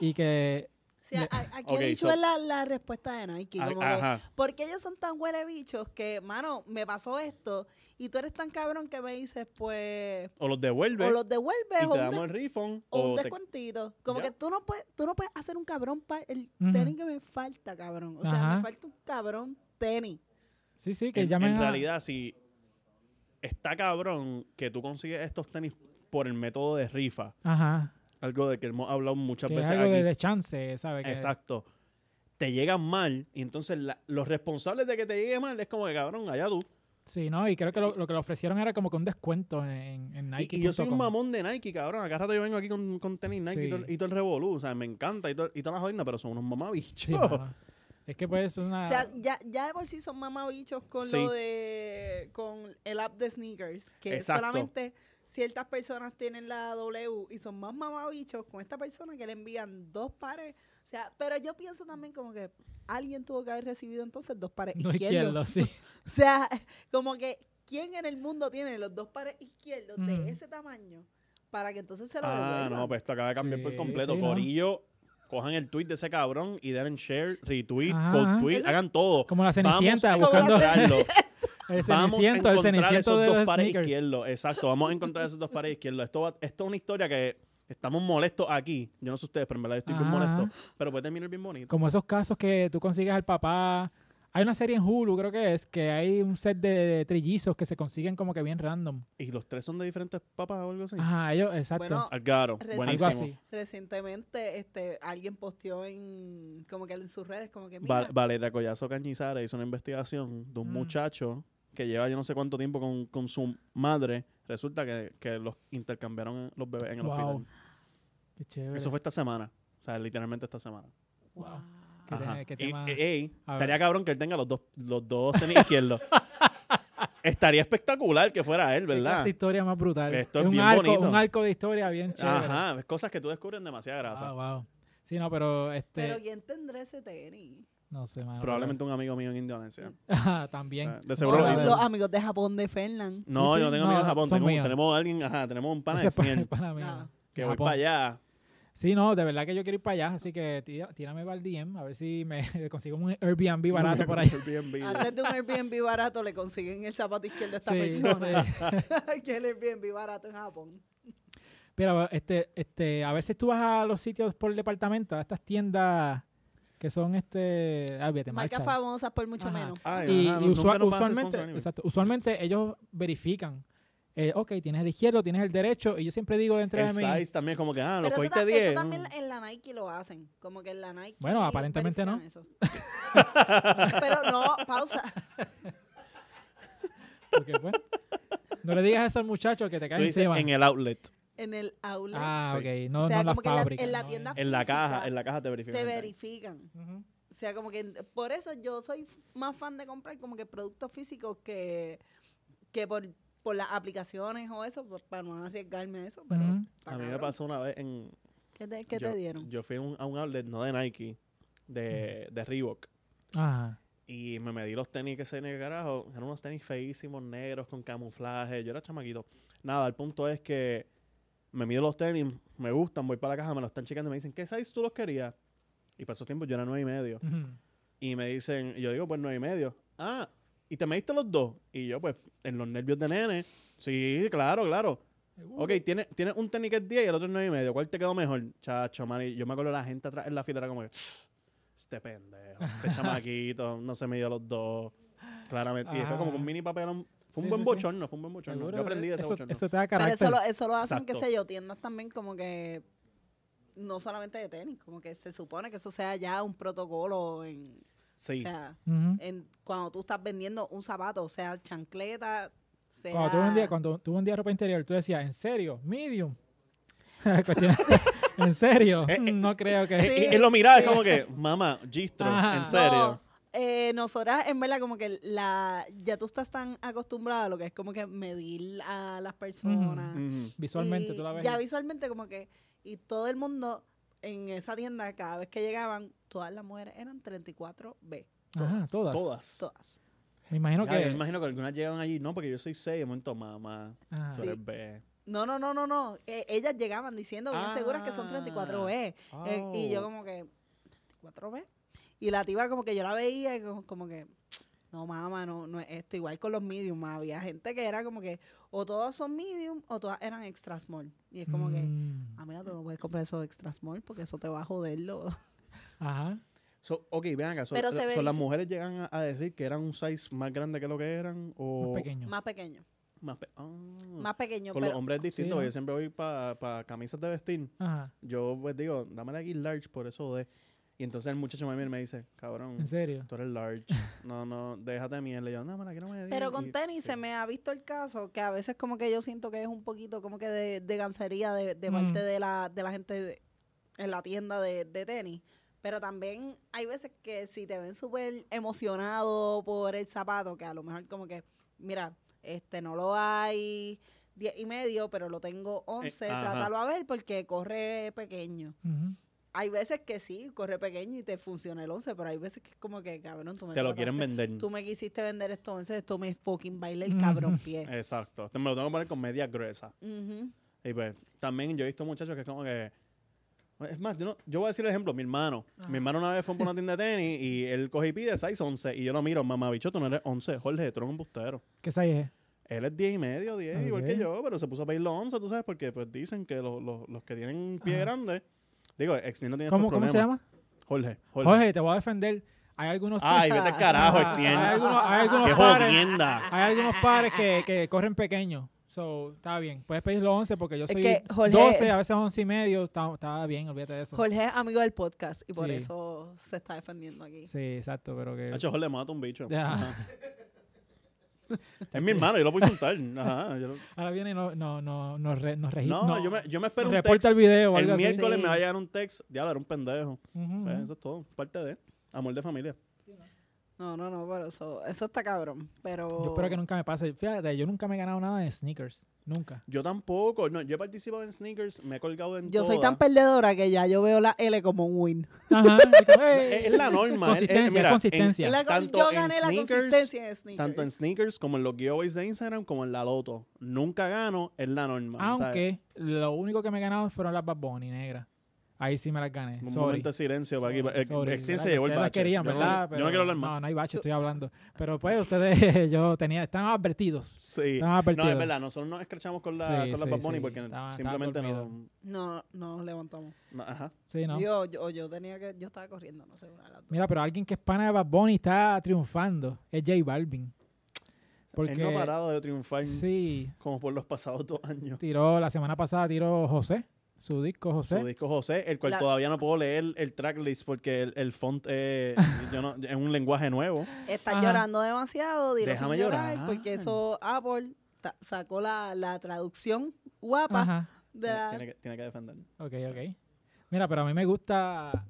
Speaker 1: y que
Speaker 3: Sí, a-
Speaker 1: Le-
Speaker 3: a- aquí
Speaker 2: Ok,
Speaker 3: he dicho
Speaker 2: so-
Speaker 3: la, la respuesta de Nike.
Speaker 2: Ay,
Speaker 3: como que,
Speaker 2: Ajá.
Speaker 3: ¿Por qué ellos son tan huele bichos que, mano, me pasó esto y tú eres tan cabrón que me dices, pues,
Speaker 2: O los devuelve
Speaker 3: o los devuelves
Speaker 2: y te
Speaker 3: o un,
Speaker 2: damos
Speaker 3: des-
Speaker 2: el refund.
Speaker 3: o un
Speaker 2: O te-
Speaker 3: descuentito? Como
Speaker 2: Ya.
Speaker 3: que tú no puedes tú no puedes hacer un cabrón para el
Speaker 1: Ujú.
Speaker 3: tenis que me falta, cabrón. O sea,
Speaker 1: Ajá.
Speaker 3: me falta un cabrón tenis.
Speaker 1: sí, sí, que
Speaker 2: en,
Speaker 1: llamen
Speaker 2: en
Speaker 1: a-
Speaker 2: realidad, si está cabrón que tú consigues estos tenis por el método de rifa,
Speaker 1: Ajá.
Speaker 2: algo de que hemos hablado muchas
Speaker 1: Que es
Speaker 2: veces
Speaker 1: algo
Speaker 2: aquí.
Speaker 1: de, de chance, ¿sabes? Que-
Speaker 2: Exacto. Te llegan mal y entonces la- los responsables de que te llegue mal es como que cabrón, allá tú.
Speaker 1: Sí, ¿no? Y creo que lo, lo que le ofrecieron era como que un descuento en, en
Speaker 2: Y-
Speaker 1: Nike.
Speaker 2: Y, yo soy un
Speaker 1: punto com.
Speaker 2: mamón de Nike, cabrón. Acá rato yo vengo aquí con, con tenis Nike y,
Speaker 1: Sí.
Speaker 2: todo, el- y todo el revolú. O sea, me encanta y, todo- y toda la jodida, pero son unos mamabichos.
Speaker 1: Sí, mano. Es que pues es una...
Speaker 3: O sea, ya, ya de por sí son mamabichos con
Speaker 2: Ah. Sí.
Speaker 3: lo de con el app de sneakers, que
Speaker 2: Exacto.
Speaker 3: solamente ciertas personas tienen la W y son más mamabichos con esta persona que le envían dos pares. O sea, pero yo pienso también como que alguien tuvo que haber recibido entonces dos pares
Speaker 1: no
Speaker 3: izquierdos.
Speaker 1: izquierdo, sí.
Speaker 3: O sea, como que ¿quién en el mundo tiene los dos pares izquierdos
Speaker 1: Ujú.
Speaker 3: de ese tamaño para que entonces se lo
Speaker 2: Ah,
Speaker 3: devuelvan?
Speaker 2: no, pues esto acaba de cambiar por
Speaker 1: Sí,
Speaker 2: completo.
Speaker 1: sí, ¿no?
Speaker 2: Corillo, cojan el tweet de ese cabrón y den share, retweet,
Speaker 1: Ajá.
Speaker 2: code tweet,
Speaker 3: Eso-
Speaker 2: hagan todo.
Speaker 1: Ah. Como la Cenicienta,
Speaker 2: vamos a
Speaker 1: buscando
Speaker 2: encontrarlo.
Speaker 1: el
Speaker 2: Vamos a
Speaker 1: Ceniciento, el
Speaker 2: encontrar
Speaker 1: Ceniciento
Speaker 2: esos
Speaker 1: de
Speaker 2: dos
Speaker 1: los
Speaker 2: pares
Speaker 1: sneakers.
Speaker 2: izquierdos. Exacto, vamos a encontrar esos dos pares izquierdos. Esto, va- esto es una historia que estamos molestos aquí. Yo no sé ustedes, pero en verdad yo estoy bien
Speaker 1: Ajá.
Speaker 2: molesto. Pero puede terminar bien bonito.
Speaker 1: como esos casos que tú consigues al papá. Hay una serie en Hulu, creo que es, que hay un set de trillizos que se consiguen como que bien random.
Speaker 2: Y los tres son de diferentes papas o algo así.
Speaker 1: Ajá, ellos, exacto.
Speaker 3: Bueno,
Speaker 2: Algaro,
Speaker 3: Recién-
Speaker 1: algo
Speaker 2: buenísimo.
Speaker 1: Ah. así.
Speaker 3: Recientemente este alguien posteó en como que en sus redes como que mira,
Speaker 2: Va- Valeria Collazo Cañizares hizo una investigación de un
Speaker 1: Mm.
Speaker 2: muchacho que lleva yo no sé cuánto tiempo con, con su madre. Resulta que, que los intercambiaron los bebés en el
Speaker 1: Wow.
Speaker 2: hospital.
Speaker 1: Qué chévere.
Speaker 2: Eso fue esta semana. O sea, literalmente esta semana.
Speaker 1: Wow. Qué
Speaker 2: Ajá.
Speaker 1: te- qué
Speaker 2: Y-
Speaker 1: tema-
Speaker 2: eh, ey,
Speaker 1: A
Speaker 2: estaría
Speaker 1: ver.
Speaker 2: cabrón que él tenga los dos, los dos tenis izquierdos. estaría espectacular que fuera
Speaker 1: Qué
Speaker 2: él,
Speaker 1: clase
Speaker 2: ¿verdad?
Speaker 1: de historia más brutal.
Speaker 2: Esto es
Speaker 1: un
Speaker 2: bien
Speaker 1: arco,
Speaker 2: bonito.
Speaker 1: un arco de historia bien chévere.
Speaker 2: Ajá, cosas que tú descubres demasiada grasa.
Speaker 1: Ah, wow. Sí, no, pero este,
Speaker 3: Pero ¿quién tendrá ese tenis?
Speaker 1: no sé, mano,
Speaker 2: Probablemente un amigo mío en Indonesia.
Speaker 1: pero- Ajá, también.
Speaker 2: Ah, de
Speaker 3: O
Speaker 2: seguro lo
Speaker 1: Bueno,
Speaker 3: los,
Speaker 2: hizo.
Speaker 3: los amigos de Japón de Fernand.
Speaker 2: No,
Speaker 1: Sí,
Speaker 2: yo
Speaker 1: sí,
Speaker 2: no
Speaker 1: no,
Speaker 2: tengo amigos de Japón.
Speaker 1: son
Speaker 2: Tengo,
Speaker 1: míos.
Speaker 2: tenemos alguien, ajá, tenemos un pana
Speaker 1: ese
Speaker 2: de
Speaker 1: es para-
Speaker 2: 100
Speaker 1: para mí,
Speaker 3: No.
Speaker 1: ¿no?
Speaker 2: que voy
Speaker 1: Japón.
Speaker 2: para allá.
Speaker 1: Sí, no, de verdad que yo quiero ir para allá, así que tira- tírame para el DM, a ver si me consigo un Airbnb barato por allá.
Speaker 2: Airbnb.
Speaker 3: Antes de un Airbnb barato le consiguen el zapato izquierdo a esta
Speaker 1: Sí, eh.
Speaker 3: persona. que el Airbnb barato en Japón.
Speaker 1: Pero este, este, a veces tú vas a los sitios por el departamento, a estas tiendas que son este. Ah, vete,
Speaker 3: Marcas
Speaker 1: marcha.
Speaker 3: famosas por mucho
Speaker 1: Ajá.
Speaker 3: menos.
Speaker 2: Ay,
Speaker 1: Y,
Speaker 2: ajá,
Speaker 1: y
Speaker 2: no-
Speaker 1: usua-
Speaker 2: nunca nos van a hacer sponsor
Speaker 1: usualmente,
Speaker 2: anyway.
Speaker 1: exacto, usualmente ellos verifican. eh, ok, tienes el izquierdo, tienes el derecho. Y yo siempre digo dentro de
Speaker 2: El
Speaker 1: mí.
Speaker 2: size también como que, ah, lo
Speaker 3: Pero eso, ta-
Speaker 2: cogiste
Speaker 3: eso
Speaker 2: 10. ¿no?
Speaker 3: también en la Nike lo hacen. Como que en la Nike.
Speaker 1: Bueno, aparentemente
Speaker 3: verifican
Speaker 1: no.
Speaker 3: eso. Pero no, pausa.
Speaker 1: porque, pues, no le digas eso al muchacho que te
Speaker 2: Tú
Speaker 1: cae
Speaker 2: dices
Speaker 1: encima.
Speaker 2: en el outlet,
Speaker 3: En el aula.
Speaker 1: Ah,
Speaker 2: Sí.
Speaker 1: ok. No,
Speaker 3: O sea,
Speaker 1: no en la
Speaker 3: como que en la-
Speaker 1: fábrica.
Speaker 3: en la
Speaker 1: no
Speaker 3: tienda
Speaker 2: en la
Speaker 3: Física.
Speaker 2: caja, en la caja te verifican.
Speaker 3: Te
Speaker 2: el size.
Speaker 3: verifican.
Speaker 2: Eh,
Speaker 1: Ujú.
Speaker 3: O sea, como que por eso yo soy f- más fan de comprar como que productos físicos que, que por, por las aplicaciones o eso, pues, para no arriesgarme a eso. Pero
Speaker 1: Ujú.
Speaker 3: está
Speaker 2: A mí me
Speaker 3: cabrón.
Speaker 2: pasó una vez en...
Speaker 3: ¿Qué te, qué
Speaker 2: yo,
Speaker 3: te dieron?
Speaker 2: Yo fui a un, a un outlet, no de Nike, de, de Reebok.
Speaker 1: Ajá.
Speaker 2: Y me medí los tenis que se en el carajo. Eran unos tenis feísimos, negros, con camuflaje. Yo era chamaquito. Nada, el punto es que me mido los tenis, me gustan, voy para la caja, me los están checando y me dicen, ¿qué size tú los querías? Y pasó tiempo, yo era nueve y medio.
Speaker 1: Ujú.
Speaker 2: Y me dicen, y yo digo, pues nueve y medio. Ah, ¿y te mediste los dos? Y yo, pues, en los nervios de nene. Sí, claro, claro. Ok, tienes tiene un tenis que es 10 y el otro es 9 y medio. ¿Cuál te quedó mejor? Chacho, man, y yo me acuerdo la gente atrás en la fila era como que, este pendejo, este chamaquito, no se me dio los dos. Claramente. Y fue como
Speaker 1: Ah.
Speaker 2: un mini papelón. Fue un
Speaker 1: Sí,
Speaker 2: buen
Speaker 1: sí, sí.
Speaker 2: bochorno, fue un buen bochorno.
Speaker 1: Seguro, eh,
Speaker 2: Yo aprendí de ese
Speaker 1: eso,
Speaker 2: bochorno.
Speaker 1: eso te da
Speaker 3: Pero
Speaker 1: carácter.
Speaker 3: eso lo, eso lo hacen, qué
Speaker 2: Exacto.
Speaker 3: sé yo, tiendas también como que no solamente de tenis, como que se supone que eso sea ya un protocolo en,
Speaker 2: sí.
Speaker 3: o sea,
Speaker 1: Ujú.
Speaker 3: en cuando tú estás vendiendo un zapato, o sea, chancleta, sea...
Speaker 1: Cuando tuve un
Speaker 3: ah.
Speaker 1: día, cuando tuve un día ropa interior, tú decías, ¿en serio? ¿Medium? Cuestión- ¿En serio?
Speaker 2: Eh, eh.
Speaker 1: Mm, no creo que...
Speaker 2: Eh,
Speaker 3: Sí,
Speaker 2: eh, él lo miraba, es
Speaker 3: sí.
Speaker 2: como que, mamá, gistro,
Speaker 1: Ajá.
Speaker 2: en serio.
Speaker 3: No, eh, nosotras, en verdad, como que la ya tú estás tan acostumbrada a lo que es como que medir a las personas.
Speaker 1: Ujú.
Speaker 2: Ujú.
Speaker 1: Visualmente,
Speaker 3: Y
Speaker 1: tú la ves.
Speaker 3: Ya visualmente, como que. Y todo el mundo en esa tienda, cada vez que llegaban, todas las mujeres eran 34B. Todas.
Speaker 1: Ajá, todas.
Speaker 2: Todas.
Speaker 3: Todas.
Speaker 1: Me imagino
Speaker 2: Ya, yo
Speaker 1: que.
Speaker 2: me imagino que algunas llegaron allí. No, porque yo soy 6, de momento mamá.
Speaker 1: Ajá.
Speaker 3: Ah, Sí. No, no, no, no, no. Eh, ellas llegaban diciendo bien
Speaker 2: Ah.
Speaker 3: seguras que son 34B. Eh, y
Speaker 2: Oh.
Speaker 1: Oh.
Speaker 3: yo como que, ¿34B? Y la tipa como que yo la veía y como, como que, no, mamá, no, no es esto. Igual con los medium, ma, había gente que era como que, o todas son medium o todas eran extra small. Y es como que,
Speaker 1: Mm,
Speaker 3: amiga, tú no puedes comprar esos extra small porque eso te va a joderlo.
Speaker 1: Ajá.
Speaker 2: So, ok, vean acá. So,
Speaker 3: Pero
Speaker 2: la-
Speaker 3: se
Speaker 2: so,
Speaker 3: verifi-
Speaker 2: ¿Las mujeres llegan a, a decir que eran un size más grande que lo que eran? O
Speaker 1: Más pequeño.
Speaker 3: Más pequeño,
Speaker 2: más pe- ah.
Speaker 3: más pequeño.
Speaker 2: Con los
Speaker 3: Pero,
Speaker 2: hombres es distinto. porque
Speaker 1: ¿no?
Speaker 2: Yo siempre voy para camisas de vestir.
Speaker 1: Ajá.
Speaker 2: Yo pues digo, dame aquí large por eso de... Y entonces el muchacho me mira y me dice, cabrón,
Speaker 1: En serio.
Speaker 2: tú eres large. No, no, déjate de mierda. Y yo, no, me la quiero medir.
Speaker 3: pero con
Speaker 2: Y-
Speaker 3: tenis
Speaker 2: sí.
Speaker 3: se me ha visto el caso que a veces como que yo siento que es un poquito como que de, de gancería de, de
Speaker 1: Mm.
Speaker 3: parte de la, de la gente de- en la tienda de, de tenis. Pero también hay veces que si te ven súper emocionado por el zapato, que a lo mejor como que, mira, este no lo hay diez y medio, pero lo tengo 11,
Speaker 2: Eh, ajá.
Speaker 3: trátalo a ver porque corre pequeño.
Speaker 1: Ujú.
Speaker 3: Hay veces que sí, corre pequeño y te funciona el 11, pero hay veces que es como que, cabrón, tú me
Speaker 2: Te lo
Speaker 3: trataste-
Speaker 2: quieren vender.
Speaker 3: Tú me quisiste vender esto, entonces esto me fucking baila el cabrón pie.
Speaker 2: Exacto. Te- Me lo tengo que poner con media gruesa.
Speaker 3: Ujú.
Speaker 2: Y pues, también yo he visto muchachos que es como que. Es más, yo, no- yo voy a decir el ejemplo, mi hermano.
Speaker 1: Ajá.
Speaker 2: Mi hermano una vez fue por una tienda de tenis y él coge y pide 6, 11. Y yo lo miro, mamá, bicho, tú no eres 11, Jorge, tú eres un bustero.
Speaker 1: ¿Qué size es?
Speaker 2: Él es 10 y medio, 10, igual
Speaker 1: Ok.
Speaker 2: que yo, pero se puso a pedir los 11, tú sabes, porque pues dicen que los- los- los que tienen pie
Speaker 1: Ajá.
Speaker 2: grande. Digo, Exniel no tiene
Speaker 1: ¿Cómo,
Speaker 2: estos
Speaker 1: ¿Cómo
Speaker 2: problemas.
Speaker 1: se llama?
Speaker 2: Jorge. Jorge. pues
Speaker 1: Jorge, te voy a defender. Hay algunos.
Speaker 2: Ay, vete al carajo,
Speaker 1: Ah,
Speaker 2: Exniel.
Speaker 1: Hay algunos, hay algunos
Speaker 2: Qué
Speaker 1: pares.
Speaker 2: jodienda.
Speaker 1: Hay algunos pares que, que corren pequeños. So, está bien. Puedes pedir los 11 porque yo
Speaker 3: Es
Speaker 1: soy
Speaker 3: que Jorge-
Speaker 1: 12, a veces 11 y medio. Está, está bien, olvídate de eso.
Speaker 3: Jorge es amigo del podcast y por
Speaker 1: Sí.
Speaker 3: eso se está defendiendo aquí.
Speaker 1: Sí, exacto, pero que.
Speaker 2: Hacho, Jorge mata un bicho.
Speaker 1: Ya.
Speaker 2: Ajá. Es mi hermano, yo lo puedo insultar. Ajá, yo lo-
Speaker 1: Ahora viene y no, no, no, no, re- nos regi-
Speaker 2: No,
Speaker 1: no,
Speaker 2: yo me, yo me espero un
Speaker 1: reporta
Speaker 2: texto.
Speaker 1: el video o algo
Speaker 2: El
Speaker 1: así.
Speaker 2: miércoles
Speaker 3: Sí.
Speaker 2: me va a llegar un text. Ya, era un pendejo.
Speaker 1: Ujú,
Speaker 2: Pues,
Speaker 1: ujú.
Speaker 2: eso es todo. Parte de amor de familia.
Speaker 3: No, no, no, pero eso, eso está cabrón. Pero
Speaker 1: Yo espero que nunca me pase. Fíjate, yo nunca me he ganado nada de sneakers. Nunca.
Speaker 2: Yo tampoco. No, yo he participado en sneakers. Me he colgado en
Speaker 3: yo soy
Speaker 2: todas.
Speaker 3: tan perdedora que ya yo veo la L como un win.
Speaker 1: Ajá. y como,
Speaker 2: Es
Speaker 1: "Hey".
Speaker 2: es la norma. es- es-
Speaker 1: Consistencia,
Speaker 2: mira, en-
Speaker 1: consistencia. Ya.
Speaker 3: La con-
Speaker 2: tanto
Speaker 3: yo
Speaker 2: en
Speaker 3: gané la
Speaker 2: sneakers,
Speaker 3: consistencia en sneakers.
Speaker 2: Tanto en sneakers como en los giveaways de Instagram como en la loto. Nunca gano. Es la norma. o sea,
Speaker 1: Aunque lo único que me he ganado fueron las Bad Bunny negras. Ahí sí me las gané.
Speaker 2: Un
Speaker 1: Sorry.
Speaker 2: momento de silencio para aquí.
Speaker 1: Sorry,
Speaker 2: Eh,
Speaker 1: sorry,
Speaker 2: Exil
Speaker 1: ¿verdad?
Speaker 2: se llevó el
Speaker 1: Ustedes las
Speaker 2: bache.
Speaker 1: querían,
Speaker 2: yo, no-
Speaker 1: ¿verdad?
Speaker 2: yo no,
Speaker 1: Pero-
Speaker 2: quiero hablar más.
Speaker 1: No, no hay bache, estoy hablando. Pero pues ustedes, yo tenía, estaban advertidos.
Speaker 2: Sí.
Speaker 1: Estaban advertidos.
Speaker 2: No, es verdad. Nosotros nos escrachamos con la,
Speaker 1: Sí,
Speaker 2: con la
Speaker 1: sí,
Speaker 2: Bad Bunny
Speaker 1: sí.
Speaker 2: porque
Speaker 1: Estaba- estaba
Speaker 2: simplemente no,
Speaker 1: dormido.
Speaker 3: no, no nos levantamos.
Speaker 2: no- Ajá.
Speaker 1: Sí, ¿no?
Speaker 3: Yo, yo, yo tenía que, yo estaba corriendo, no sé, una de las dos.
Speaker 1: Mira, pero alguien que es pana de Bad Bunny está triunfando. Es J Balvin. Porque
Speaker 2: Él no ha parado de triunfar
Speaker 1: sí,
Speaker 2: como por los pasados dos años.
Speaker 1: tiró, la semana pasada tiró José, su disco José.
Speaker 2: Su disco José, el cual
Speaker 3: La-
Speaker 2: todavía no puedo leer el tracklist porque el, el font es, yo no- es un lenguaje nuevo.
Speaker 3: Estás
Speaker 1: Ajá.
Speaker 3: llorando demasiado, dilo
Speaker 2: Déjame
Speaker 3: sin llorar,
Speaker 2: llorar.
Speaker 3: porque eso Apple ta- sacó la, la traducción guapa
Speaker 1: Ajá.
Speaker 3: de la-
Speaker 2: Tiene, que, tiene que defender.
Speaker 1: Ok, ok. Mira, pero a mí me gusta,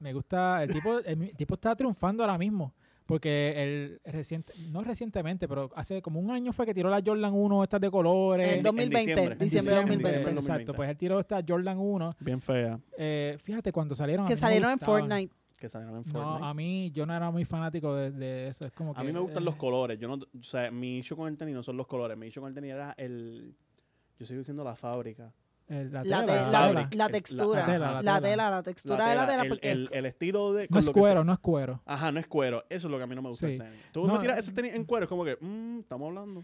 Speaker 1: me gusta, el tipo, el mi- tipo está triunfando ahora mismo. Porque el reciente, no recientemente, pero hace como un año fue que tiró la Jordan 1, estas de colores.
Speaker 3: En 2020,
Speaker 2: diciembre.
Speaker 1: En
Speaker 3: diciembre de 2020.
Speaker 2: en
Speaker 1: Exacto, pues él tiró esta Jordan 1.
Speaker 2: Bien fea,
Speaker 1: Eh, fíjate, cuando salieron. a
Speaker 3: que
Speaker 1: mí me
Speaker 3: salieron en
Speaker 1: gustaban.
Speaker 3: Fortnite.
Speaker 2: que salieron en Fortnite.
Speaker 1: No,
Speaker 2: a,
Speaker 1: a mí yo no era muy fanático de, de eso. Es como
Speaker 2: mí,
Speaker 1: que,
Speaker 2: me gustan
Speaker 1: eh,
Speaker 2: los colores. Yo no, o sea, mi issue con el tenis no son los colores. Mi issue con el tenis era el... Yo sigo diciendo la fábrica.
Speaker 1: eh, la
Speaker 3: La,
Speaker 1: tela,
Speaker 3: te-
Speaker 1: la
Speaker 3: la-
Speaker 1: tabla.
Speaker 2: fabric,
Speaker 3: la
Speaker 2: el-
Speaker 3: textura, la
Speaker 2: la-
Speaker 1: tela,
Speaker 3: tela,
Speaker 1: la
Speaker 3: la,
Speaker 1: tela.
Speaker 3: textura de la tela,
Speaker 2: el,
Speaker 3: porque
Speaker 2: el- el estilo de...
Speaker 1: No
Speaker 2: con
Speaker 1: es
Speaker 2: lo que se-
Speaker 1: cuero, no es cuero.
Speaker 2: Ajá, no es cuero. Eso es lo que a mí no me gusta
Speaker 1: Sí.
Speaker 2: el tenis. Tú
Speaker 1: No, eh,
Speaker 2: me tiras ese tenis en cuero, es como que, mm, estamos hablando.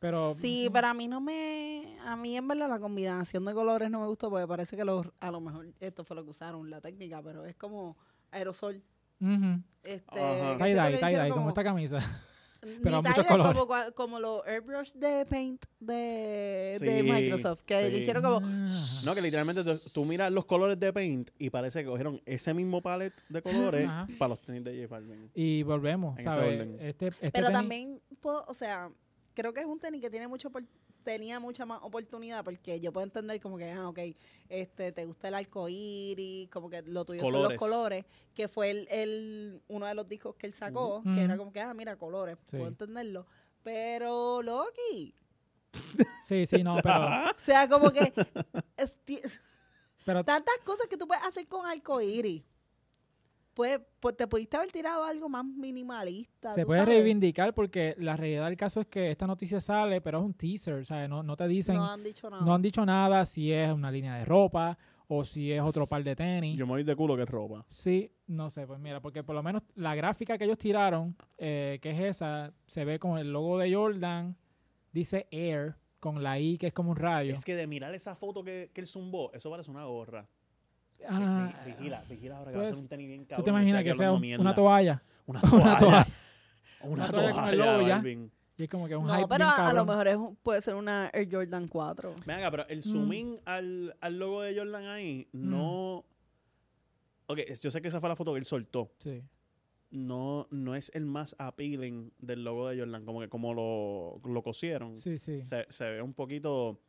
Speaker 1: Pero,
Speaker 3: sí, pero a mí no me, a mí en verdad la combinación de colores no me gustó porque parece que los, a lo mejor esto fue lo que usaron la técnica, pero es como aerosol.
Speaker 1: Ujú.
Speaker 3: Este,
Speaker 2: Ajá.
Speaker 3: que siento que
Speaker 1: tie-dye, tie-dye,
Speaker 3: hicieron
Speaker 1: como
Speaker 3: como-
Speaker 1: esta camisa.
Speaker 3: Ni
Speaker 1: pero muchos
Speaker 3: tie-dye,
Speaker 1: colores.
Speaker 3: Como, cua- como los airbrush de paint de,
Speaker 2: Sí,
Speaker 3: de Microsoft, que
Speaker 2: sí.
Speaker 3: le hicieron como
Speaker 1: Ajá.
Speaker 2: No, que literalmente tú, tú miras los colores de Paint y parece que cogieron ese mismo palette de colores
Speaker 1: Ajá.
Speaker 2: para los tenis de J Balvin.
Speaker 1: Y volvemos,
Speaker 2: En ese
Speaker 1: ¿sabes?
Speaker 2: orden.
Speaker 1: Este, este
Speaker 3: Pero
Speaker 1: tenis-
Speaker 3: también, puedo- o sea, creo que es un tenis que tiene mucho opor- tenía mucha más oportunidad porque yo puedo entender como que, ah, ok, este, te gusta el arco iris, como que lo tuyo son
Speaker 2: Colores.
Speaker 3: los colores, que fue el, el- uno de los discos que él sacó,
Speaker 1: Ujú.
Speaker 3: que
Speaker 1: Ujú.
Speaker 3: era como que, ah, mira, colores,
Speaker 1: Sí.
Speaker 3: puedo entenderlo. Pero, Loki,
Speaker 1: Sí, sí, no, pero...
Speaker 2: Ah.
Speaker 3: o sea, como que... es- ti-
Speaker 1: Pero
Speaker 3: Tantas cosas que tú puedes hacer con arcoíris. Pues, pues te pudiste haber tirado algo más minimalista.
Speaker 1: se
Speaker 3: tú
Speaker 1: puede
Speaker 3: sabes.
Speaker 1: reivindicar porque la realidad del caso es que esta noticia sale, pero es un teaser, ¿sabes? No, no te dicen,
Speaker 3: No
Speaker 1: no,
Speaker 3: han dicho nada.
Speaker 1: han dicho nada si es una línea de ropa o si es otro par de tenis.
Speaker 2: Yo me voy de culo que es ropa.
Speaker 1: Sí, no sé, pues mira, porque por lo menos la gráfica que ellos tiraron, eh, que es esa, se ve con el logo de Jordan, dice Air, con la I que es como un rayo.
Speaker 2: Es que de mirar esa foto que, que él zumbó, eso parece una gorra.
Speaker 1: Ah,
Speaker 2: Vi- vigila, vigila ahora que va a
Speaker 1: pues,
Speaker 2: ser un tenis bien cabrón.
Speaker 1: ¿Tú te imaginas que sea un- una
Speaker 2: toalla?
Speaker 1: toalla?
Speaker 2: Una
Speaker 1: Una
Speaker 2: toalla.
Speaker 1: toalla.
Speaker 2: Una
Speaker 1: Una toalla con el
Speaker 2: toalla,
Speaker 1: logo ya.
Speaker 2: Balvin.
Speaker 1: Y es como que un hype
Speaker 3: No, pero
Speaker 1: bien
Speaker 3: a, a lo
Speaker 1: cabrón.
Speaker 3: mejor es un- puede ser una Air Jordan 4.
Speaker 2: Ven acá, pero el zoom in al, al logo de Jordan ahí,
Speaker 1: Mm.
Speaker 2: no... Ok, es- yo sé que esa fue la foto que él soltó.
Speaker 1: Sí.
Speaker 2: No, no es el más appealing del logo de Jordan, como que como lo, lo cosieron.
Speaker 1: Sí, sí.
Speaker 2: Se, se ve un poquito...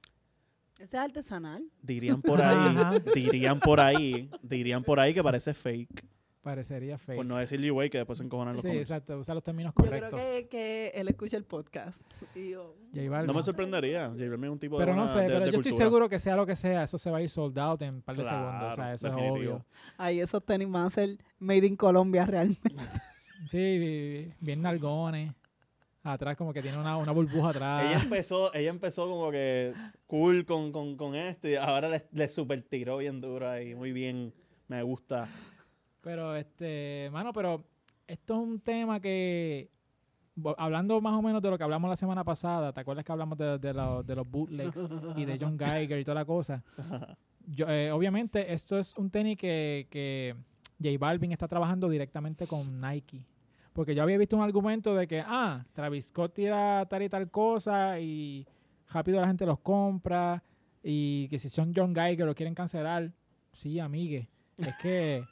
Speaker 3: Ese es artesanal.
Speaker 2: Dirían por ahí,
Speaker 1: Ajá.
Speaker 2: dirían por ahí, dirían por ahí que parece fake.
Speaker 1: Parecería fake.
Speaker 2: Por pues, no decirle, güey, que después se encojonan los
Speaker 1: sí,
Speaker 2: comentarios.
Speaker 1: exacto. Usa los términos
Speaker 3: Yo
Speaker 1: correctos.
Speaker 3: creo que, que él escucha el podcast. Y yo,
Speaker 1: J Balvin.
Speaker 2: No me sorprendería. J Balvin es un tipo
Speaker 1: pero
Speaker 2: de
Speaker 1: no
Speaker 2: buena-
Speaker 1: sé,
Speaker 2: de-
Speaker 1: pero
Speaker 2: de
Speaker 1: yo estoy
Speaker 2: cultura.
Speaker 1: seguro que sea lo que sea, eso se va a ir sold out en un par de
Speaker 2: Claro,
Speaker 1: segundos. O sea, eso
Speaker 2: definitivo.
Speaker 1: es obvio.
Speaker 3: ay, esos tenis van a ser made in Colombia realmente.
Speaker 1: Sí, bien nalgones. Atrás como que tiene una, una burbuja atrás.
Speaker 2: Ella empezó, ella empezó como que cool con, con, con este, y ahora le, le super tiró bien duro ahí, muy bien, me gusta.
Speaker 1: Pero este, mano, pero esto es un tema que bo- hablando más o menos de lo que hablamos la semana pasada, ¿te acuerdas que hablamos de, de los- de los bootlegs y de John Geiger y toda la cosa? Yo, eh, obviamente, esto es un tenis que, que J Balvin está trabajando directamente con Nike. Porque yo había visto un argumento de que, ah, Travis Scott tira tal y tal cosa y rápido la gente los compra y que si son John Geiger lo quieren cancelar. Sí, amigue. Es que...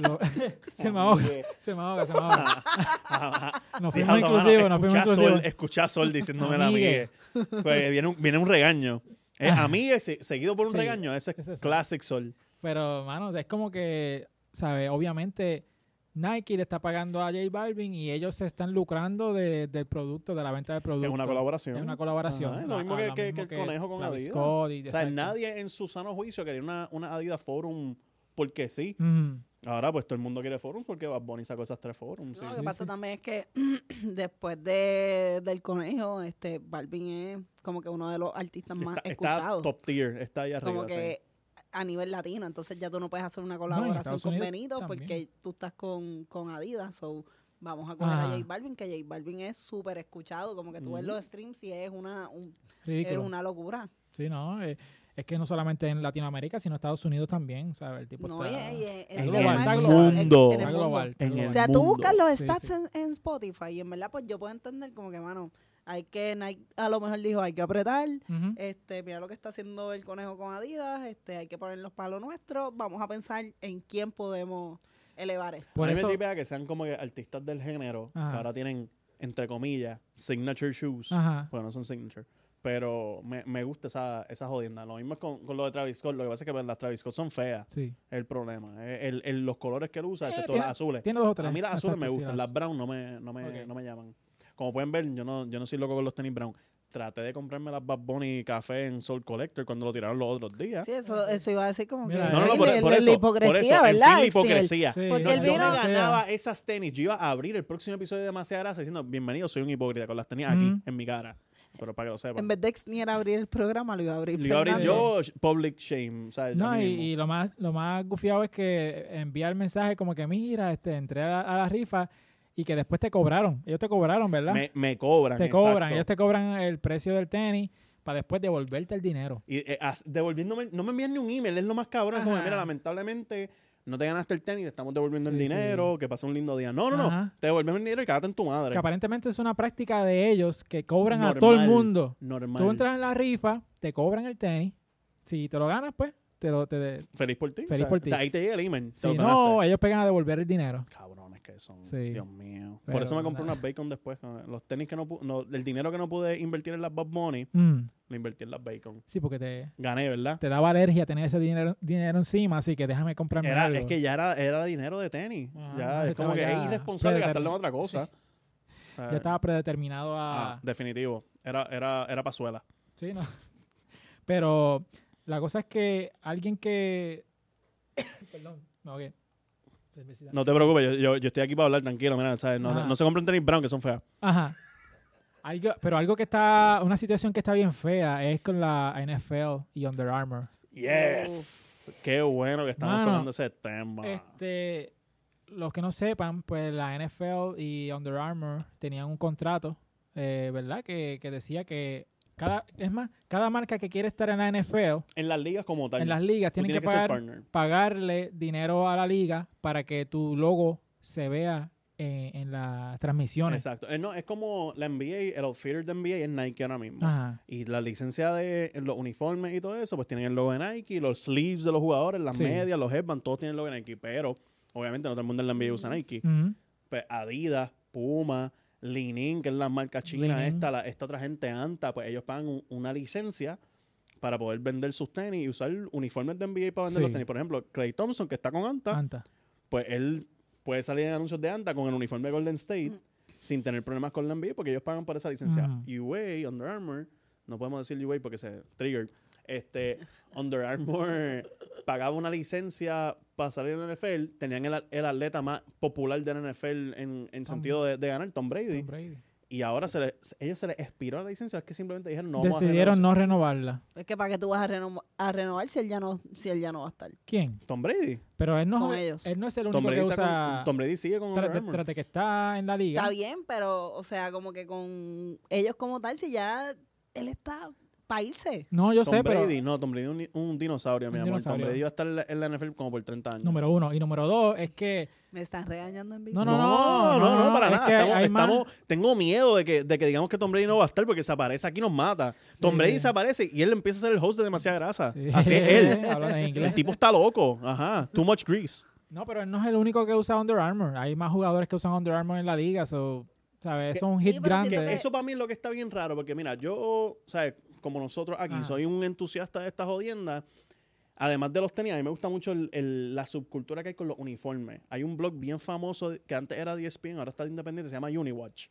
Speaker 1: lo- se me ahoga,
Speaker 2: Amigue.
Speaker 1: se me ahoga, se me ahoga.
Speaker 2: Ajá.
Speaker 1: Nos
Speaker 2: Sí,
Speaker 1: fuimos
Speaker 2: habla, mano, eh.
Speaker 1: inclusivos, nos fuimos
Speaker 2: escuchá a Sol-
Speaker 1: inclusivos.
Speaker 2: escuchá a Sol diciéndome la
Speaker 1: Amigue.
Speaker 2: amigue. Pues viene un, viene un regaño. Eh,
Speaker 1: Ah.
Speaker 2: amigue se- seguido por un
Speaker 1: Sí,
Speaker 2: regaño, ese
Speaker 1: ese
Speaker 2: es
Speaker 1: es
Speaker 2: classic Sol.
Speaker 1: Pero, mano, es como que, ¿sabes? Obviamente Nike le está pagando a J Balvin y ellos se están lucrando de- del producto, de la venta del producto.
Speaker 2: Es una colaboración.
Speaker 1: Es una colaboración.
Speaker 2: Ajá, es
Speaker 1: Ah,
Speaker 2: lo mismo que,
Speaker 1: lo
Speaker 2: que-
Speaker 1: mismo
Speaker 2: que el conejo con
Speaker 1: Travis
Speaker 2: Adidas.
Speaker 1: Scott y
Speaker 2: o sea,
Speaker 1: exacto.
Speaker 2: nadie en su sano juicio quería una, una Adidas Forum porque sí.
Speaker 1: Ujú.
Speaker 2: Ahora pues todo el mundo quiere Forums porque Bad Bunny sacó esas tres Forums. sí.
Speaker 3: Lo
Speaker 1: Sí,
Speaker 3: que pasa
Speaker 1: sí.
Speaker 3: también es que después de, del conejo, este Balvin es como que uno de los artistas más
Speaker 2: Está, está
Speaker 3: escuchados.
Speaker 2: top tier, está ahí arriba.
Speaker 3: como
Speaker 2: sí.
Speaker 3: que a nivel latino. Entonces ya tú no puedes hacer una
Speaker 1: en
Speaker 3: colaboración
Speaker 1: Estados
Speaker 3: con
Speaker 1: Unidos
Speaker 3: Benito
Speaker 1: también.
Speaker 3: porque tú estás con, con Adidas. So, vamos a coger a
Speaker 1: Ajá.
Speaker 3: J Balvin, que J Balvin es súper escuchado. Como que tú ves
Speaker 2: Ujú.
Speaker 3: los streams y es una, un-
Speaker 1: Mm.
Speaker 3: es
Speaker 1: Ridículo.
Speaker 3: una locura.
Speaker 1: Sí, no, eh, es que no solamente en Latinoamérica, sino en Estados Unidos también, ¿sabes? El tipo
Speaker 3: No,
Speaker 1: pues está,
Speaker 3: y es- es
Speaker 2: en
Speaker 3: de
Speaker 2: el
Speaker 3: lo más
Speaker 1: mundo.
Speaker 3: escuchado en-
Speaker 2: Mundo.
Speaker 3: en
Speaker 1: está
Speaker 3: el
Speaker 1: global.
Speaker 3: mundo.
Speaker 1: está
Speaker 2: En el
Speaker 3: O
Speaker 1: global.
Speaker 3: sea, tú
Speaker 2: mundo.
Speaker 3: buscas los
Speaker 1: Sí,
Speaker 3: stats
Speaker 1: sí.
Speaker 3: En, en Spotify y en verdad, pues yo puedo entender como que, mano, hay que, Nike a lo mejor dijo, hay que apretar,
Speaker 1: Ujú.
Speaker 3: este, mira lo que está haciendo el conejo con Adidas, este, hay que poner los palos nuestros, vamos a pensar en quién podemos elevar esto.
Speaker 1: Por
Speaker 2: a mí
Speaker 1: eso,
Speaker 2: me tripea que sean como que artistas del género, que
Speaker 1: Ajá.
Speaker 2: ahora tienen, entre comillas, signature shoes.
Speaker 1: ajá.
Speaker 2: Bueno, no son signature. Pero me, me gusta esa, esa jodienda. Lo mismo es con, con lo de Travis Scott. Lo que pasa es que pues, las Travis Scott son feas.
Speaker 1: Sí.
Speaker 2: Es el problema. Eh, El, el- el- los colores que él usa,
Speaker 1: Eh,
Speaker 2: excepto
Speaker 1: tiene-
Speaker 2: las azules.
Speaker 1: Tiene dos o tres.
Speaker 2: A mí las azules
Speaker 1: Exacto,
Speaker 2: me
Speaker 1: sí,
Speaker 2: gustan.
Speaker 1: las
Speaker 2: Las brown no me, no me,
Speaker 1: Ok.
Speaker 2: no me llaman. Como pueden ver, yo no, yo no soy loco con los tenis brown. Traté de comprarme las Bad Bunny Café en Soul Collector cuando lo tiraron los otros días.
Speaker 3: Sí, eso, eso iba a decir como
Speaker 1: Mira,
Speaker 3: que
Speaker 1: No,
Speaker 2: eh, No, no, no,
Speaker 1: Sí,
Speaker 2: por,
Speaker 3: la-
Speaker 2: por
Speaker 3: la-
Speaker 2: eso,
Speaker 3: la
Speaker 2: por
Speaker 3: hipocresía,
Speaker 2: eso, en
Speaker 3: ¿verdad? Este,
Speaker 2: fin, la
Speaker 3: Steel?
Speaker 2: hipocresía.
Speaker 1: Sí,
Speaker 3: Porque
Speaker 1: no,
Speaker 3: él
Speaker 1: yo
Speaker 2: yo me
Speaker 3: vino-
Speaker 1: no sé,
Speaker 2: ganaba esas tenis. Yo iba a abrir el próximo episodio de Demasiada Grasa diciendo, bienvenido, soy un hipócrita con las tenis aquí,
Speaker 1: Mm.
Speaker 2: en mi cara. Pero para que lo sepan.
Speaker 3: En vez de ni era abrir el programa, lo iba a abrir.
Speaker 2: Lo iba a abrir
Speaker 1: Sí.
Speaker 3: Fernando.
Speaker 2: yo, sh- public shame. O sea,
Speaker 1: No,
Speaker 2: yo
Speaker 1: y,
Speaker 2: mismo.
Speaker 1: y lo más lo más gufiado es que envía el mensaje como que mira, este, entré a la, a la rifa y que después te cobraron. Ellos te cobraron, ¿verdad?
Speaker 2: me, me cobran.
Speaker 1: te cobran,
Speaker 2: exacto.
Speaker 1: ellos te cobran el precio del tenis para después devolverte el dinero.
Speaker 2: Y eh, as- devolviéndome, no me envían ni un email, es lo más cabrón. es Como,
Speaker 1: Ajá.
Speaker 2: mira, lamentablemente no te ganaste el tenis, te estamos devolviendo el
Speaker 1: Sí, sí.
Speaker 2: dinero, que pase un lindo día. No, no, no,
Speaker 1: Ajá.
Speaker 2: te devolvemos el dinero y cágate en tu madre.
Speaker 1: Que aparentemente es una práctica de ellos que cobran a todo el
Speaker 2: Normal.
Speaker 1: mundo.
Speaker 2: Normal.
Speaker 1: Tú entras en la rifa, te cobran el tenis. Si te lo ganas, pues, te lo te,
Speaker 2: Feliz por ti.
Speaker 1: Feliz por ti.
Speaker 2: Ahí te llega el email. te
Speaker 1: Si
Speaker 2: lo ganaste.
Speaker 1: no, ellos pegan a devolver el dinero.
Speaker 2: cabrones que son.
Speaker 1: Sí.
Speaker 2: Dios mío. Por
Speaker 1: Pero
Speaker 2: eso me compré
Speaker 1: nada.
Speaker 2: unas bacon después. ¿no? Los tenis que no pude. el dinero que no pude invertir en las Bad Money,
Speaker 1: Mm,
Speaker 2: lo invertí en las bacon.
Speaker 1: sí, porque te,
Speaker 2: Gané, ¿verdad?
Speaker 1: te daba alergia tener ese dinero, dinero encima, así que déjame comprarme
Speaker 2: Era,
Speaker 1: algo.
Speaker 2: es que ya era, era dinero de tenis.
Speaker 1: Ah,
Speaker 2: ya es
Speaker 1: estaba
Speaker 2: como que
Speaker 1: ya
Speaker 2: es irresponsable
Speaker 1: predetermin-
Speaker 2: gastarlo en otra cosa. Eh,
Speaker 1: Ya estaba predeterminado a...
Speaker 2: ah, definitivo. Era, era, era pazuela.
Speaker 1: Sí, no. Pero la cosa es que alguien que Perdón, me ahogué. Cervecita.
Speaker 2: No te preocupes, yo, yo, yo estoy aquí para hablar tranquilo, mira, ¿sabes? No,
Speaker 1: Ajá.
Speaker 2: no se compren tenis brown que son feas.
Speaker 1: Ajá. Algo, pero algo que está, una situación que está bien fea es con la NFL y Under Armour.
Speaker 2: Yes. Qué bueno que estamos
Speaker 1: Mano,
Speaker 2: tocando ese tema.
Speaker 1: Este, los que no sepan, pues la NFL y Under Armour tenían un contrato, eh, ¿verdad? Que, que decía que cada, es más, cada marca que quiere estar en la NFL,
Speaker 2: en las ligas como tal.
Speaker 1: en las ligas,
Speaker 2: tú
Speaker 1: tienen que
Speaker 2: tienes que ser
Speaker 1: pagar,
Speaker 2: partner.
Speaker 1: pagarle dinero a la liga para que tu logo se vea en, en las transmisiones.
Speaker 2: Exacto. Eh, no, es como la NBA, el outfitter de NBA es Nike ahora mismo.
Speaker 1: Ajá.
Speaker 2: Y la licencia de eh, los uniformes y todo eso, pues tienen el logo de Nike, los sleeves de los jugadores, las
Speaker 1: Sí.
Speaker 2: medias, los headbands, todos tienen el logo de Nike. Pero, obviamente, no todo el mundo en la NBA
Speaker 1: Mm.
Speaker 2: usa Nike.
Speaker 1: Ujú.
Speaker 2: Pues Adidas, Puma, Linin, que es la marca china
Speaker 1: Li Ning.
Speaker 2: esta, la- esta otra gente anta, pues ellos pagan un- una licencia para poder vender sus tenis y usar uniformes de NBA para vender
Speaker 1: Sí.
Speaker 2: los tenis. Por ejemplo, Clay Thompson, que está con anta,
Speaker 1: Anta.
Speaker 2: pues él puede salir en anuncios de anta con el uniforme de Golden State sin tener problemas con la NBA porque ellos pagan por esa licencia.
Speaker 1: Ujú.
Speaker 2: UA, Under Armour, no podemos decir UA porque se triggered. Este, Under Armour pagaba una licencia para salir en la NFL. Tenían el, el atleta más popular de la NFL en, en
Speaker 1: Tom-
Speaker 2: sentido de, de ganar, Tom Brady.
Speaker 1: Tom Brady.
Speaker 2: Y ahora se le- se- ellos se les expiró la licencia. Es que simplemente dijeron no. vamos a
Speaker 1: Decidieron
Speaker 2: renovar".
Speaker 1: no renovarla.
Speaker 3: Es que para qué tú vas a, reno- a renovar si él ya no, si él ya no va a estar.
Speaker 1: ¿Quién?
Speaker 2: Tom Brady.
Speaker 1: Pero él no,
Speaker 3: Con
Speaker 1: es-
Speaker 3: ellos.
Speaker 1: él no es el
Speaker 2: Tom
Speaker 1: único
Speaker 2: Brady,
Speaker 1: que
Speaker 2: está con-
Speaker 1: usa.
Speaker 2: Tom Brady sigue con Under
Speaker 1: Trate,
Speaker 2: Armour.
Speaker 1: trate que está en la liga.
Speaker 3: Está bien, pero, o sea, como que con ellos como tal, si ya él está para irse.
Speaker 1: No, yo
Speaker 2: Tom
Speaker 1: sé,
Speaker 2: Brady,
Speaker 1: pero
Speaker 2: no, Tom Brady es un, un dinosaurio, mi
Speaker 1: Un
Speaker 2: amor.
Speaker 1: dinosaurio.
Speaker 2: Tom Brady va a estar en la, en la NFL como por 30 años.
Speaker 1: número uno. Y número dos es que
Speaker 3: Me están regañando en
Speaker 1: No,
Speaker 3: vivo.
Speaker 2: no, no, no,
Speaker 1: no, no,
Speaker 2: para
Speaker 1: es
Speaker 2: nada.
Speaker 1: que hay-
Speaker 2: Estamos,
Speaker 1: hay más.
Speaker 2: estamos- tengo miedo de que, de que digamos que Tom Brady no va a estar porque se aparece aquí y nos mata. Tom
Speaker 1: Sí,
Speaker 2: Brady
Speaker 1: sí.
Speaker 2: se aparece y él empieza a ser el host de demasiada grasa.
Speaker 1: Sí.
Speaker 2: Ah, Así es él.
Speaker 1: Hablan en
Speaker 2: El
Speaker 1: inglés.
Speaker 2: tipo está loco. Ajá. Too much grease.
Speaker 1: No, pero él no es el único que usa Under Armour. Hay más jugadores que usan Under Armour en la liga. So, ¿sabes? Eso es un
Speaker 3: Sí,
Speaker 1: hit
Speaker 3: pero
Speaker 1: grande.
Speaker 3: siento
Speaker 2: Que eso para mí es lo que está bien raro, porque mira, yo, ¿sabes? Como nosotros aquí,
Speaker 1: Ajá.
Speaker 2: soy un entusiasta de estas jodiendas. Además de los tenis, a mí me gusta mucho el- el- la subcultura que hay con los uniformes. Hay un blog bien famoso de- que antes era de E ESPN, ahora está de independiente, se llama Uniwatch.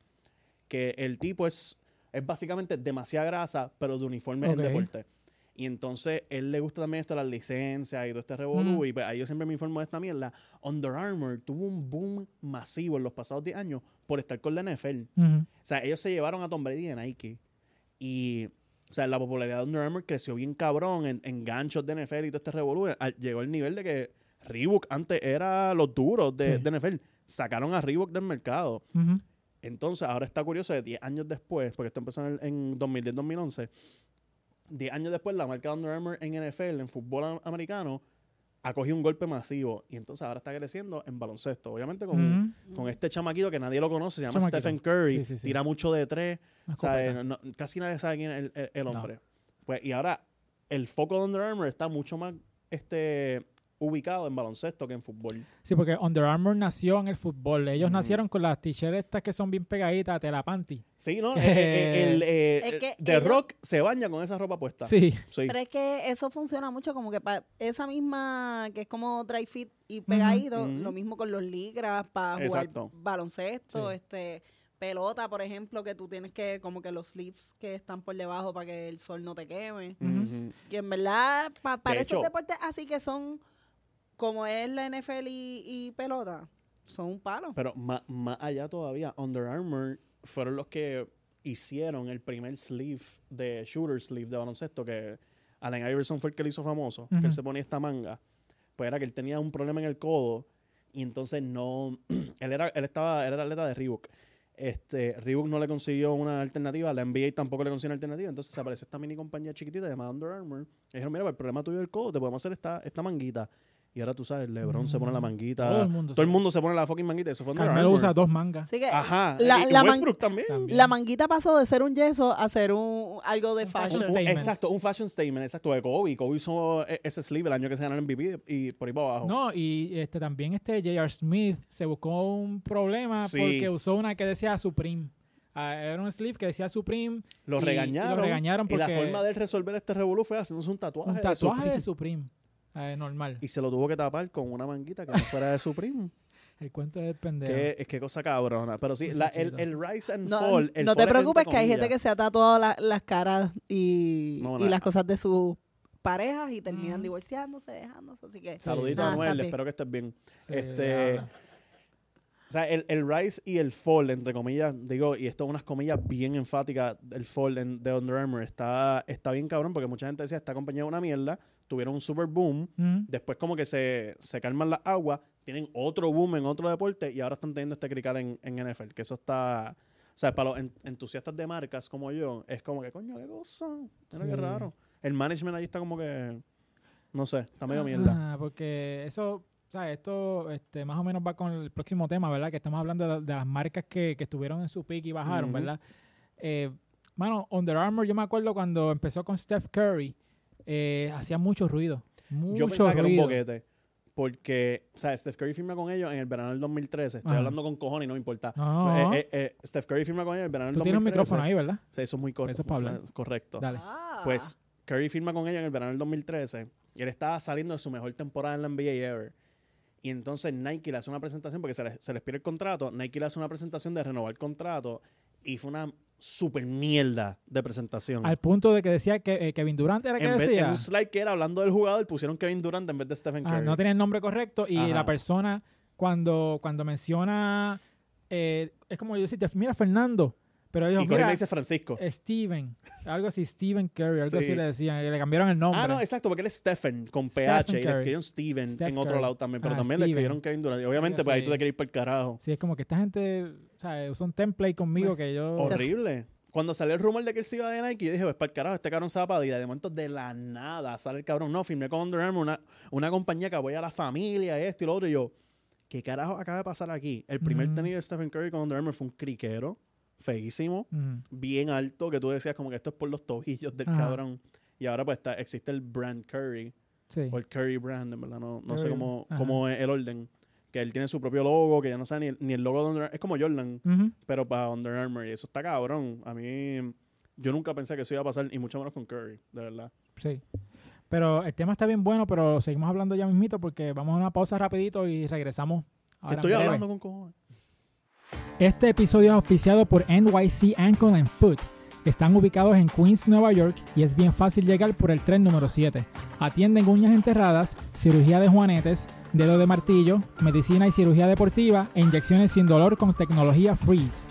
Speaker 2: Que el tipo es, es básicamente demasiada grasa, pero de uniforme en
Speaker 1: Ok.
Speaker 2: deporte. Y entonces él le gusta también esto, de las licencias y todo este revolú.
Speaker 1: Mm.
Speaker 2: Y pues, ahí yo siempre me informo de esta mierda. Under Armour tuvo un boom masivo en los pasados 10 años por estar con la NFL.
Speaker 1: Ujú.
Speaker 2: O sea, ellos se llevaron a Tom Brady de Nike. Y, o sea, la popularidad de Under Armour creció bien cabrón en, en ganchos de NFL y todo este revolú. Al- Llegó al nivel de que Reebok antes era los duros de,
Speaker 1: Sí.
Speaker 2: de NFL. Sacaron a Reebok del mercado.
Speaker 1: Ujú.
Speaker 2: Entonces, ahora está curioso de 10 años después, porque esto empezó en, el- en 2010-2011. 10 años después, la marca Under Armour en NFL, en fútbol am- americano, ha cogido un golpe masivo. Y entonces ahora está creciendo en baloncesto. Obviamente con,
Speaker 1: Ujú.
Speaker 3: Mm.
Speaker 2: con este chamaquito que nadie lo conoce, se llama
Speaker 1: Chamaquito.
Speaker 2: Stephen Curry,
Speaker 1: Sí, sí, sí.
Speaker 2: tira mucho de tres,
Speaker 1: Una
Speaker 2: o sea,
Speaker 1: escopeta.
Speaker 2: no- no- casi nadie sabe quién es el, el- el
Speaker 1: No.
Speaker 2: hombre. Pues, y ahora el foco de Under Armour está mucho más este, ubicado en baloncesto que en fútbol.
Speaker 1: Sí, porque Under Armour nació en el fútbol. Ellos
Speaker 2: Ujú.
Speaker 1: nacieron con las t-shirts estas que son bien pegaditas, tela panty.
Speaker 2: Sí, ¿no?
Speaker 1: Que-
Speaker 2: Eh, eh, el, eh,
Speaker 3: Es que
Speaker 2: The
Speaker 3: ellos-
Speaker 2: Rock se baña con esa ropa puesta.
Speaker 1: Sí.
Speaker 2: Sí.
Speaker 3: Pero es que eso funciona mucho, como que para esa misma, que es como dry fit y pegadito,
Speaker 2: Ujú.
Speaker 3: lo mismo con los ligras, para jugar
Speaker 2: Exacto.
Speaker 3: baloncesto,
Speaker 1: Sí.
Speaker 3: este pelota, por ejemplo, que tú tienes que, como que los sleeves que están por debajo para que el sol no te queme.
Speaker 2: Ujú.
Speaker 3: Que en verdad, pa- para esos
Speaker 2: hecho-
Speaker 3: deportes así que son, como es la NFL y, y pelota, son un palo.
Speaker 2: Pero ma- más, allá todavía, Under Armour fueron los que hicieron el primer sleeve de shooter sleeve de baloncesto que Allen Iverson fue el que le hizo famoso, que
Speaker 1: Ujú.
Speaker 2: él se ponía esta manga. Pues era que él tenía un problema en el codo y entonces no él era él estaba él era atleta de Reebok. Este, Reebok no le consiguió una alternativa, la NBA tampoco le consiguió una alternativa, entonces se apareció esta mini compañía chiquitita llamada Under Armour. Y dijeron, mira, para el problema tuyo del codo, te podemos hacer esta, esta manguita. Y ahora tú sabes, LeBron se pone la
Speaker 1: Mm.
Speaker 2: manguita,
Speaker 1: Todo el mundo
Speaker 2: todo
Speaker 1: se-
Speaker 2: el mundo se pone la fucking manguita. Eso fue Under
Speaker 1: Carmelo
Speaker 2: Armour.
Speaker 1: usa dos mangas.
Speaker 3: Así que
Speaker 2: Ajá.
Speaker 3: Eh,
Speaker 2: eh,
Speaker 3: La-
Speaker 2: y
Speaker 3: la man-
Speaker 2: Westbrook también.
Speaker 1: También.
Speaker 3: la manguita pasó de ser un yeso a ser un algo de
Speaker 1: Un fashion
Speaker 3: fashion.
Speaker 2: Un- un-
Speaker 1: statement.
Speaker 2: exacto, un fashion statement, exacto, de Kobe. Kobe hizo e- ese sleeve el año que se ganó el MVP y por ahí para abajo.
Speaker 1: No, y este también este J.R. Smith se buscó un problema
Speaker 2: Sí.
Speaker 1: porque usó una que decía Supreme. Ah, era un sleeve que decía Supreme.
Speaker 2: Lo
Speaker 1: y- y
Speaker 2: regañaron.
Speaker 1: lo regañaron
Speaker 2: y la
Speaker 1: porque-
Speaker 2: forma de él resolver este revolú fue haciéndose un tatuaje.
Speaker 1: Un
Speaker 2: de
Speaker 1: tatuaje
Speaker 2: Supreme.
Speaker 1: de Supreme. eh, normal.
Speaker 2: Y se lo tuvo que tapar con una manguita que no fuera de su primo.
Speaker 1: El cuento del pendejo.
Speaker 2: que, es que cosa cabrona. Pero sí, la- el,
Speaker 1: Muchachito.
Speaker 2: el rise and
Speaker 3: No,
Speaker 2: fall. el
Speaker 3: no te
Speaker 2: fall es entre
Speaker 3: preocupes que hay gente
Speaker 2: comillas.
Speaker 3: que se ha tatuado la- las caras y,
Speaker 2: No,
Speaker 3: y
Speaker 2: no,
Speaker 3: las cosas de sus parejas y terminan
Speaker 1: Ujú.
Speaker 3: divorciándose, dejándose. Así que,
Speaker 2: Saludito
Speaker 3: Ah,
Speaker 2: a Noel,
Speaker 3: está
Speaker 2: espero que estés bien.
Speaker 1: Sí,
Speaker 2: este,
Speaker 1: ah,
Speaker 2: O sea, el, el rise y el fall, entre comillas, digo, y esto es unas comillas bien enfáticas, el fall en- de Under Armour está, está bien cabrón porque mucha gente decía, esta compañía es una mierda, tuvieron un super boom,
Speaker 1: mm,
Speaker 2: después como que se, se calman las aguas, tienen otro boom en otro deporte y ahora están teniendo este crical en, en NFL, que eso está... O sea, para los en- entusiastas de marcas como yo, es como que, coño, qué cosa, mira qué
Speaker 1: Sí.
Speaker 2: raro. El management allí está como que, no sé, está medio mierda.
Speaker 1: ah, porque eso, o sea, esto este, más o menos va con el próximo tema, ¿verdad? Que estamos hablando de, de las marcas que, que estuvieron en su pick y bajaron,
Speaker 2: Ujú.
Speaker 1: ¿verdad? Eh, mano, Under Armour, yo me acuerdo cuando empezó con Steph Curry, eh, hacía mucho ruido. Mucho
Speaker 2: Yo pensaba que
Speaker 1: ruido.
Speaker 2: era un boquete. Porque, o sea, Steph Curry firma con ellos en el verano del 2013. Estoy
Speaker 1: Ajá.
Speaker 2: hablando con cojones y no me importa.
Speaker 1: No,
Speaker 2: Eh, eh, eh, Steph Curry firma con ellos en el verano del
Speaker 1: tú tienes un
Speaker 2: 2013.
Speaker 1: micrófono ahí, ¿verdad?
Speaker 2: Sí, eso es muy correcto.
Speaker 1: Eso es para hablar.
Speaker 2: Correcto.
Speaker 1: Dale.
Speaker 3: ah,
Speaker 2: Pues Curry firma con ellos en el verano del 2013. Y él estaba saliendo de su mejor temporada en la NBA ever. Y entonces Nike le hace una presentación, porque se le, se les pide el contrato. Nike le hace una presentación de renovar el contrato. Y fue una super mierda de presentación.
Speaker 1: Al punto de que decía que eh, Kevin Durant era que
Speaker 2: en, vez- en
Speaker 1: decía.
Speaker 2: un slide que era hablando del jugador, pusieron Kevin Durant en vez de Stephen Curry.
Speaker 1: Ah, no tenía el nombre correcto y
Speaker 2: Ajá.
Speaker 1: la persona cuando, cuando menciona eh, es como yo decirte, mira Fernando, pero ellos
Speaker 2: y Curry
Speaker 1: mira
Speaker 2: le dice Francisco.
Speaker 1: Steven, algo así Steven Curry, algo
Speaker 2: Sí.
Speaker 1: así le decían, y le cambiaron el nombre.
Speaker 2: Ah, no, exacto, porque él es Stephen con
Speaker 1: Stephen
Speaker 2: PH y le
Speaker 1: Curry.
Speaker 2: escribieron Steven
Speaker 1: Steph
Speaker 2: en otro
Speaker 1: Curry.
Speaker 2: lado también, pero
Speaker 1: Ah,
Speaker 2: también le
Speaker 1: Steven.
Speaker 2: escribieron Kevin Durant. Y obviamente,
Speaker 1: Algo
Speaker 2: pues ahí tú
Speaker 1: así.
Speaker 2: te quieres ir para el carajo.
Speaker 1: Sí, es como que esta gente, ¿sabes? Usa un template conmigo que yo
Speaker 2: Horrible. Cuando salió el rumor de que él se iba de Nike, yo dije, pues para el carajo, este cabrón se va para Adidas. De momento, de la nada, sale el cabrón. No, firmé con Under Armour, una, una compañía que apoya a la familia, esto y lo otro. Y yo, ¿qué carajo acaba de pasar aquí? El primer
Speaker 1: Mm.
Speaker 2: tenis de Stephen Curry con Under Armour fue un criquero, feísimo.
Speaker 1: Mm,
Speaker 2: bien alto que tú decías como que esto es por los tobillos del
Speaker 1: Ajá.
Speaker 2: cabrón. Y ahora pues está, existe el brand Curry,
Speaker 1: sí.
Speaker 2: o el Curry brand, en verdad, no, no sé
Speaker 1: Curry,
Speaker 2: cómo,
Speaker 1: ajá.
Speaker 2: cómo es el orden. Que él tiene su propio logo, que ya no sabe ni el, ni el logo de Under Armour. Es como Jordan,
Speaker 1: Ujú.
Speaker 2: pero para Under Armour. Y eso está cabrón. A mí, yo nunca pensé que eso iba a pasar, y mucho menos con Curry, de verdad.
Speaker 1: Sí. Pero el tema está bien bueno, pero seguimos hablando ya mismito porque vamos a una pausa rapidito y regresamos. ahora en
Speaker 2: Estoy
Speaker 1: breve.
Speaker 2: hablando con cojones.
Speaker 1: Este episodio es auspiciado por NYC Ankle and Foot. Están ubicados en Queens, Nueva York y es bien fácil llegar por el tren número 7. Atienden uñas enterradas, cirugía de juanetes, dedo de martillo, medicina y cirugía deportiva e inyecciones sin dolor con tecnología Freeze.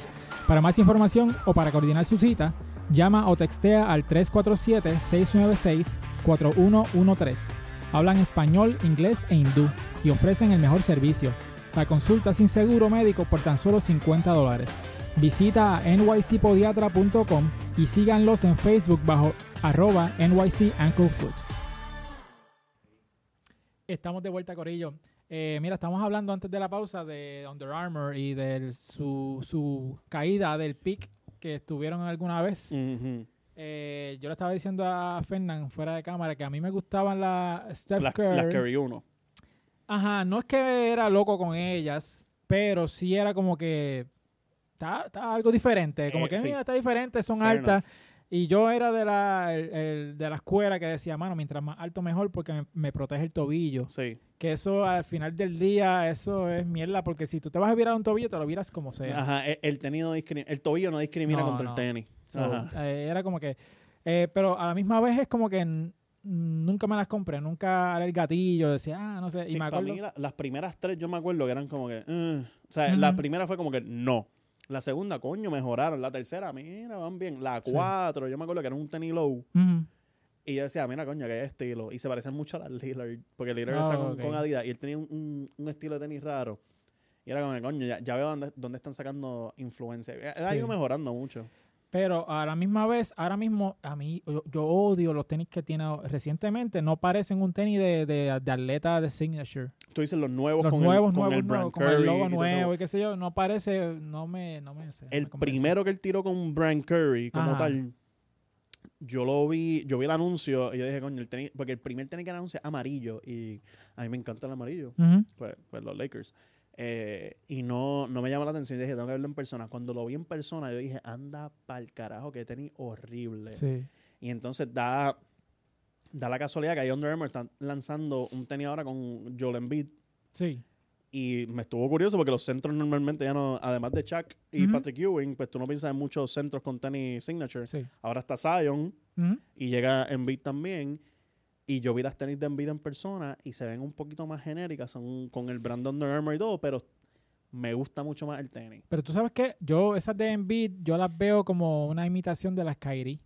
Speaker 1: Para más información o para coordinar su cita, llama o textea al 347-696-4113. Hablan español, inglés e hindú y ofrecen el mejor servicio. La consulta sin seguro médico por tan solo 50 dólares. Visita a nycpodiatra.com y síganlos en Facebook bajo arroba NYC Ankle Foot. Estamos de vuelta, Corillo. Eh, mira, estamos hablando antes de la pausa de Under Armour y de su, su caída del pick que estuvieron alguna vez.
Speaker 2: Ujú.
Speaker 1: Eh, yo le estaba diciendo a Fernán fuera de cámara que a mí me gustaban las Steph
Speaker 2: Las,
Speaker 1: Curry.
Speaker 2: las Curry 1.
Speaker 1: Ajá, no es que era loco con ellas, pero sí era como que está, está algo diferente. Como
Speaker 2: Eh,
Speaker 1: que,
Speaker 2: sí.
Speaker 1: mira, está diferente, son
Speaker 2: Fair
Speaker 1: altas. Y yo era de la, el- el- de la escuela que decía, mano, mientras más alto mejor porque me, me protege el tobillo.
Speaker 2: Sí.
Speaker 1: Que eso al final del día, eso es mierda, porque si tú te vas a virar un tobillo, te lo viras como sea.
Speaker 2: Ajá, el, el tenis no discrimina- el tobillo no discrimina
Speaker 1: No,
Speaker 2: contra
Speaker 1: no.
Speaker 2: el tenis.
Speaker 1: So,
Speaker 2: Ajá.
Speaker 1: eh, era como que, eh, pero a la misma vez es como que n- nunca me las compré, nunca era el gatillo, decía, ah, no sé. Y
Speaker 2: Sí,
Speaker 1: me
Speaker 2: pa'
Speaker 1: acuerdo,
Speaker 2: mí la- las primeras tres yo me acuerdo que eran como que... "Ugh". o sea, la
Speaker 1: Ujú.
Speaker 2: primera fue como que no. La segunda, coño, mejoraron. La tercera, mira, van bien. La
Speaker 1: Sí.
Speaker 2: cuatro, yo me acuerdo que era un tenis low.
Speaker 1: Ujú.
Speaker 2: Y yo decía, mira, coño, qué estilo. Y se parecen mucho a las Lillard. Porque Lillard
Speaker 1: Ah,
Speaker 2: está con,
Speaker 1: ok.
Speaker 2: con Adidas y él tenía un, un- un estilo de tenis raro. Y era como que, coño, ya, ya veo dónde, dónde están sacando influencia. Ha- Ha
Speaker 1: Sí.
Speaker 2: ido mejorando mucho.
Speaker 1: Pero a la misma vez, ahora mismo, a mí, yo, yo odio los tenis que tiene recientemente. No parecen un tenis de, de, de atleta de signature.
Speaker 2: Tú dices los nuevos
Speaker 1: Los
Speaker 2: con
Speaker 1: nuevos,
Speaker 2: el, con
Speaker 1: nuevos,
Speaker 2: el brand
Speaker 1: nuevos, como el
Speaker 2: Curry
Speaker 1: logo
Speaker 2: y todo eso.
Speaker 1: nuevo y qué sé yo. No parece, no me, no me sé, no
Speaker 2: El
Speaker 1: me convence.
Speaker 2: primero que él tiró con Brand Curry, como
Speaker 1: Ajá.
Speaker 2: tal, yo lo vi, yo vi el anuncio y yo dije, coño, el tenis, porque el primer tenis que anuncia es amarillo y a mí me encanta el amarillo,
Speaker 1: Ujú.
Speaker 2: pues, pues los Lakers. Eh, y no, no me llama la atención y dije, tengo que verlo en persona. Cuando lo vi en persona, yo dije, anda pa'l carajo, que tenis horrible.
Speaker 1: Sí.
Speaker 2: Y entonces da, da la casualidad que ahí Under Armour están lanzando un tenis ahora con Joel Embiid
Speaker 1: Sí.
Speaker 2: y me estuvo curioso porque los centros normalmente ya no, además de Chuck y
Speaker 1: Ujú.
Speaker 2: Patrick Ewing, pues tú no piensas en muchos centros con tenis signature.
Speaker 1: Sí.
Speaker 2: Ahora está Zion
Speaker 1: Ujú.
Speaker 2: y llega Embiid también. Y yo vi las tenis de Embiid en persona y se ven un poquito más genéricas, son con el brand Under Armour y todo, pero me gusta mucho más el tenis.
Speaker 1: Pero tú sabes que yo, esas de Embiid, yo las veo como una imitación de las Kyrie.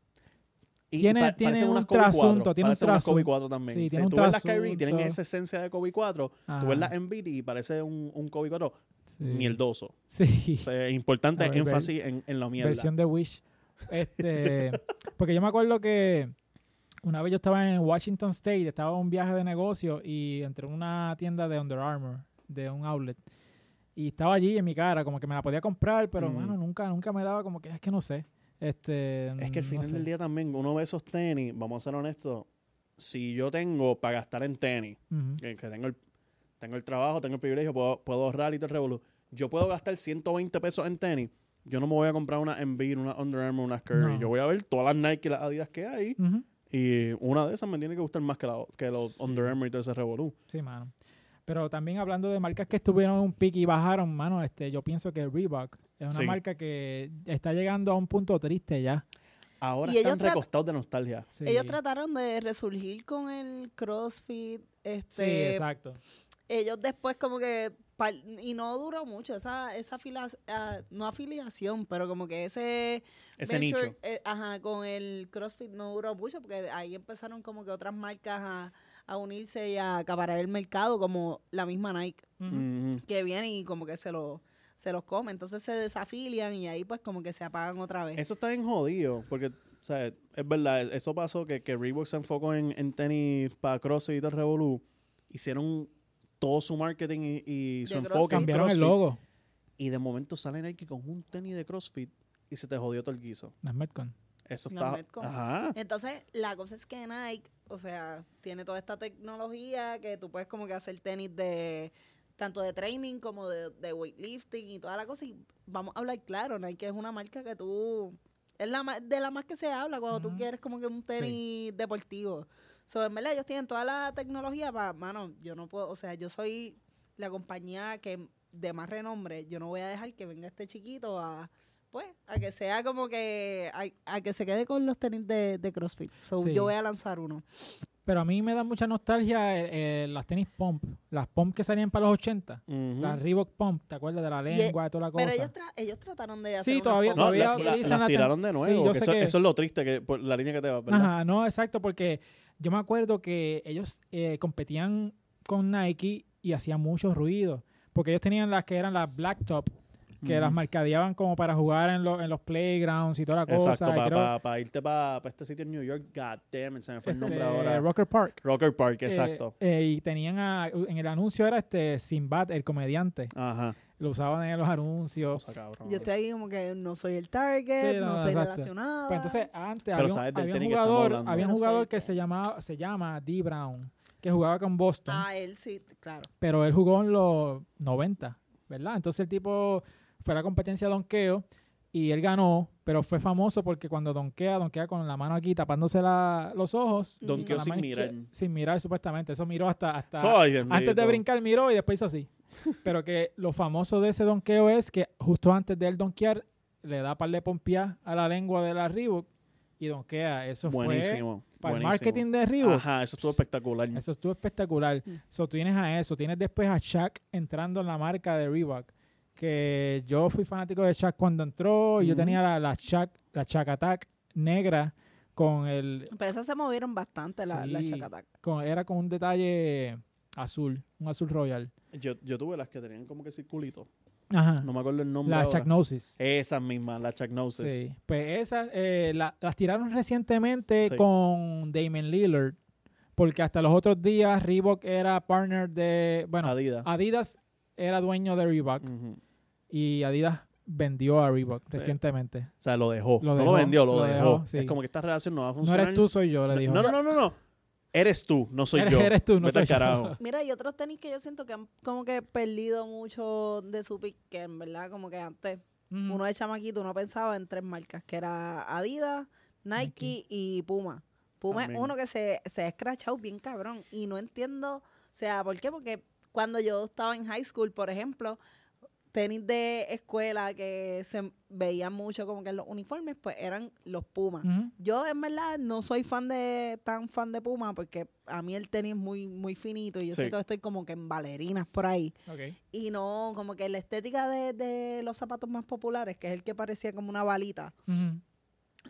Speaker 2: Y
Speaker 1: Tiene-
Speaker 2: pa-
Speaker 1: tiene
Speaker 2: parecen
Speaker 1: un
Speaker 2: unas Kobe 4,
Speaker 1: trasunto, tiene un
Speaker 2: parecen unas Kobe
Speaker 1: trasunto.
Speaker 2: 4 también.
Speaker 1: Sí,
Speaker 2: O sea,
Speaker 1: tiene un
Speaker 2: tú ves las Kyrie y tienen
Speaker 1: trasunto.
Speaker 2: esa esencia de Kobe 4, tú
Speaker 1: Ajá,
Speaker 2: ves las Embiid y parece un, un Kobe 4
Speaker 1: sí.
Speaker 2: mierdoso.
Speaker 1: Sí.
Speaker 2: O sea, es importante
Speaker 1: A ver,
Speaker 2: énfasis en, en la mierda.
Speaker 1: versión de Wish. Este, porque yo me acuerdo que una vez yo estaba en Washington State, estaba en un viaje de negocio y entré en una tienda de Under Armour, de un outlet. Y estaba allí en mi cara, como que me la podía comprar, pero
Speaker 2: Mm.
Speaker 1: mano, nunca, nunca me daba como que es que no sé. Este,
Speaker 2: Es que al
Speaker 1: no
Speaker 2: final
Speaker 1: sé.
Speaker 2: del día también uno ve esos tenis, vamos a ser honestos, si yo tengo para gastar en tenis,
Speaker 1: Ujú.
Speaker 2: que, que tengo, el, tengo el trabajo, tengo el privilegio, puedo, puedo ahorrar y te revolú, yo puedo gastar 120 pesos en tenis, yo no me voy a comprar una Embiid, una Under Armour, una Curry,
Speaker 1: No.
Speaker 2: yo voy a ver todas las Nike y las Adidas que hay
Speaker 1: Ujú.
Speaker 2: y una de esas me tiene que gustar más que, la, o- que los
Speaker 1: Sí.
Speaker 2: Under Armour y todo ese revolú.
Speaker 1: Sí, mano. Pero también hablando de marcas que estuvieron en un pico y bajaron, mano, este, yo pienso que Reebok es una
Speaker 2: Sí.
Speaker 1: marca que está llegando a un punto triste ya.
Speaker 2: Ahora
Speaker 3: Y ellos
Speaker 2: están
Speaker 3: tratan-
Speaker 2: recostados de nostalgia.
Speaker 1: Sí.
Speaker 3: Ellos trataron de resurgir con el CrossFit,
Speaker 1: Sí,
Speaker 3: este,
Speaker 1: exacto.
Speaker 3: ellos después como que par- y no duró mucho esa esa afila- ah, no afiliación, pero como que ese
Speaker 2: Ese
Speaker 3: venture,
Speaker 2: nicho.
Speaker 3: eh, ajá, con el CrossFit no duró mucho porque ahí empezaron como que otras marcas a, a unirse y a acaparar el mercado como la misma Nike
Speaker 1: Ujú.
Speaker 2: Mm,
Speaker 3: que viene y como que se lo se los come, entonces se desafilian y ahí pues como que se apagan otra vez.
Speaker 2: Eso está bien jodido, porque, o sea, es verdad, eso pasó que, que Reebok se enfocó en, en tenis para CrossFit y todo el Revolú. Hicieron todo su marketing y, y su
Speaker 3: De
Speaker 2: enfoque en
Speaker 1: Cambiaron el
Speaker 2: CrossFit.
Speaker 1: logo.
Speaker 2: Y de momento sale Nike con un tenis de CrossFit y se te jodió todo el guiso.
Speaker 1: Las Metcon.
Speaker 2: Eso
Speaker 3: La
Speaker 2: está...
Speaker 3: Metcon.
Speaker 2: Ajá.
Speaker 3: Entonces, la cosa es que Nike, o sea, tiene toda esta tecnología que tú puedes como que hacer tenis de tanto de training como de, de weightlifting y toda la cosa. Y vamos a hablar claro, Nike es una marca que tú... Es la ma- de la más que se habla cuando tú
Speaker 1: Ujú.
Speaker 3: quieres como que un tenis deportivo. So, en verdad, ellos tienen toda la tecnología para, mano, yo no puedo, o sea, yo soy la compañía que de más renombre, yo no voy a dejar que venga este chiquito a, pues, a que sea como que, a, a que se quede con los tenis de, de CrossFit. So,
Speaker 1: Sí.
Speaker 3: yo voy a lanzar uno.
Speaker 1: Pero a mí me da mucha nostalgia eh, eh, las tenis Pump. Las Pump que salían para los 80.
Speaker 2: Ujú.
Speaker 1: Las Reebok Pump, ¿te acuerdas de la
Speaker 3: Y, eh,
Speaker 1: lengua, de toda la cosa?
Speaker 3: Pero ellos, tra- ellos trataron de hacer
Speaker 1: Sí,
Speaker 3: unas
Speaker 1: todavía-
Speaker 3: cosas
Speaker 2: No,
Speaker 1: todavía
Speaker 2: las,
Speaker 3: así.
Speaker 2: la-
Speaker 1: utilizan
Speaker 2: las
Speaker 1: la tem-
Speaker 2: tiraron de
Speaker 1: Sí,
Speaker 2: nuevo.
Speaker 1: yo
Speaker 2: que
Speaker 1: sé
Speaker 2: eso,
Speaker 1: que-
Speaker 2: eso es lo triste, que por la línea que te va, ¿verdad?
Speaker 1: Ajá, no, exacto, porque yo me acuerdo que ellos eh, competían con Nike y hacían mucho ruido. Porque ellos tenían las que eran las Blacktop, que
Speaker 2: Ujú.
Speaker 1: las mercadeaban como para jugar en, los en los playgrounds y toda la cosa.
Speaker 2: Exacto,
Speaker 1: y
Speaker 2: para
Speaker 1: creo-
Speaker 2: irte para este sitio en New York. God damn it, se me fue el nombre
Speaker 1: este,
Speaker 2: ahora.
Speaker 1: Rocker Park.
Speaker 2: Rocker Park,
Speaker 1: Eh,
Speaker 2: exacto.
Speaker 1: eh, y tenían a- en el anuncio era este Sinbad, el comediante.
Speaker 2: Ajá.
Speaker 1: Lo usaban en los anuncios.
Speaker 2: Cosa cabrón.
Speaker 3: Yo estoy ahí como que no soy el target,
Speaker 1: Sí, no,
Speaker 3: no, estoy
Speaker 1: exacto.
Speaker 3: relacionada.
Speaker 1: Pues entonces antes había, un-
Speaker 2: sabes del
Speaker 1: había un
Speaker 2: tenis que estamos
Speaker 1: jugador,
Speaker 2: hablando.
Speaker 1: había un
Speaker 3: Pero Ah. sé
Speaker 1: jugador que
Speaker 3: que-
Speaker 1: se llamaba, se llama D. Brown, que jugaba con Boston,
Speaker 3: Ah, él sí, claro.
Speaker 1: pero él jugó en los 90, ¿verdad? Entonces el tipo fue a la competencia de donkeo y él ganó, pero fue famoso porque cuando donkea, donkea con la mano aquí tapándose la- los ojos.
Speaker 3: Ujú.
Speaker 1: con
Speaker 2: Donkeo
Speaker 1: la
Speaker 2: sin
Speaker 1: mano
Speaker 2: mirar.
Speaker 1: izquier- Sin mirar, supuestamente. Eso miró hasta, hasta
Speaker 2: Ay,
Speaker 1: antes de
Speaker 2: bendito.
Speaker 1: brincar miró y después hizo así. Pero que lo famoso de ese donkeo es que justo antes de él donkear, le da par de pompear a la lengua de la Reebok y donkea. Eso
Speaker 2: Buenísimo.
Speaker 1: fue para el
Speaker 2: buenísimo.
Speaker 1: marketing de Reebok.
Speaker 2: Ajá, eso estuvo espectacular.
Speaker 1: Eso estuvo espectacular.
Speaker 3: Mm.
Speaker 1: So, tú tienes a eso. Tienes después a Shaq entrando en la marca de Reebok. Que yo fui fanático de Shaq cuando entró. y Yo
Speaker 2: Ujú.
Speaker 1: tenía la, la Shaq, la Shaq Attack negra con el...
Speaker 3: Pero esas se movieron bastante, la, la
Speaker 1: Sí.
Speaker 3: Shaq Attack.
Speaker 1: Con, era con un detalle azul, un azul royal.
Speaker 2: Yo, yo tuve las que tenían como que circulito.
Speaker 1: Ajá.
Speaker 2: No me acuerdo el nombre.
Speaker 1: la
Speaker 2: ahora.
Speaker 1: Shaq Gnosis.
Speaker 2: Esas mismas, las Chuck
Speaker 1: Sí, pues esas eh, la- las tiraron recientemente
Speaker 2: Sí.
Speaker 1: con Damon Lillard, porque hasta los otros días Reebok era partner de, bueno, Adidas,
Speaker 2: Adidas. Mm.
Speaker 1: era dueño de Reebok
Speaker 2: Ujú.
Speaker 1: y Adidas vendió a Reebok recientemente.
Speaker 2: O sea, lo dejó.
Speaker 1: Lo
Speaker 2: no
Speaker 1: dejó,
Speaker 2: lo vendió, lo,
Speaker 1: lo
Speaker 2: dejó.
Speaker 1: dejó, sí.
Speaker 2: Es como que esta relación no va a
Speaker 1: No
Speaker 2: funcionar.
Speaker 1: eres tú, soy yo, le dijo.
Speaker 2: No, no, no, no. no. Eres tú, no soy
Speaker 1: eres,
Speaker 2: yo.
Speaker 1: eres tú, no
Speaker 2: Vete al
Speaker 1: soy yo.
Speaker 2: carajo.
Speaker 3: Mira, y otros tenis que yo siento que han como que perdido mucho de su pick, que en verdad como que antes
Speaker 1: Ujú.
Speaker 3: uno de chamaquito uno pensaba en tres marcas, que era Adidas, Nike, y Puma. Puma
Speaker 2: Amén.
Speaker 3: es uno que se, se ha escrachado bien cabrón y no entiendo, o sea, ¿por qué? Porque cuando yo estaba en high school, por ejemplo, tenis de escuela que se veían mucho como que en los uniformes, pues eran los Pumas.
Speaker 1: Ujú.
Speaker 3: Yo en verdad no soy fan de tan fan de Puma porque a mí el tenis es muy muy finito y yo
Speaker 2: Sí.
Speaker 3: siento que estoy como que en bailarinas por ahí
Speaker 1: Ok.
Speaker 3: y no como que la estética de, de los zapatos más populares que es el que parecía como una balita
Speaker 1: Ujú.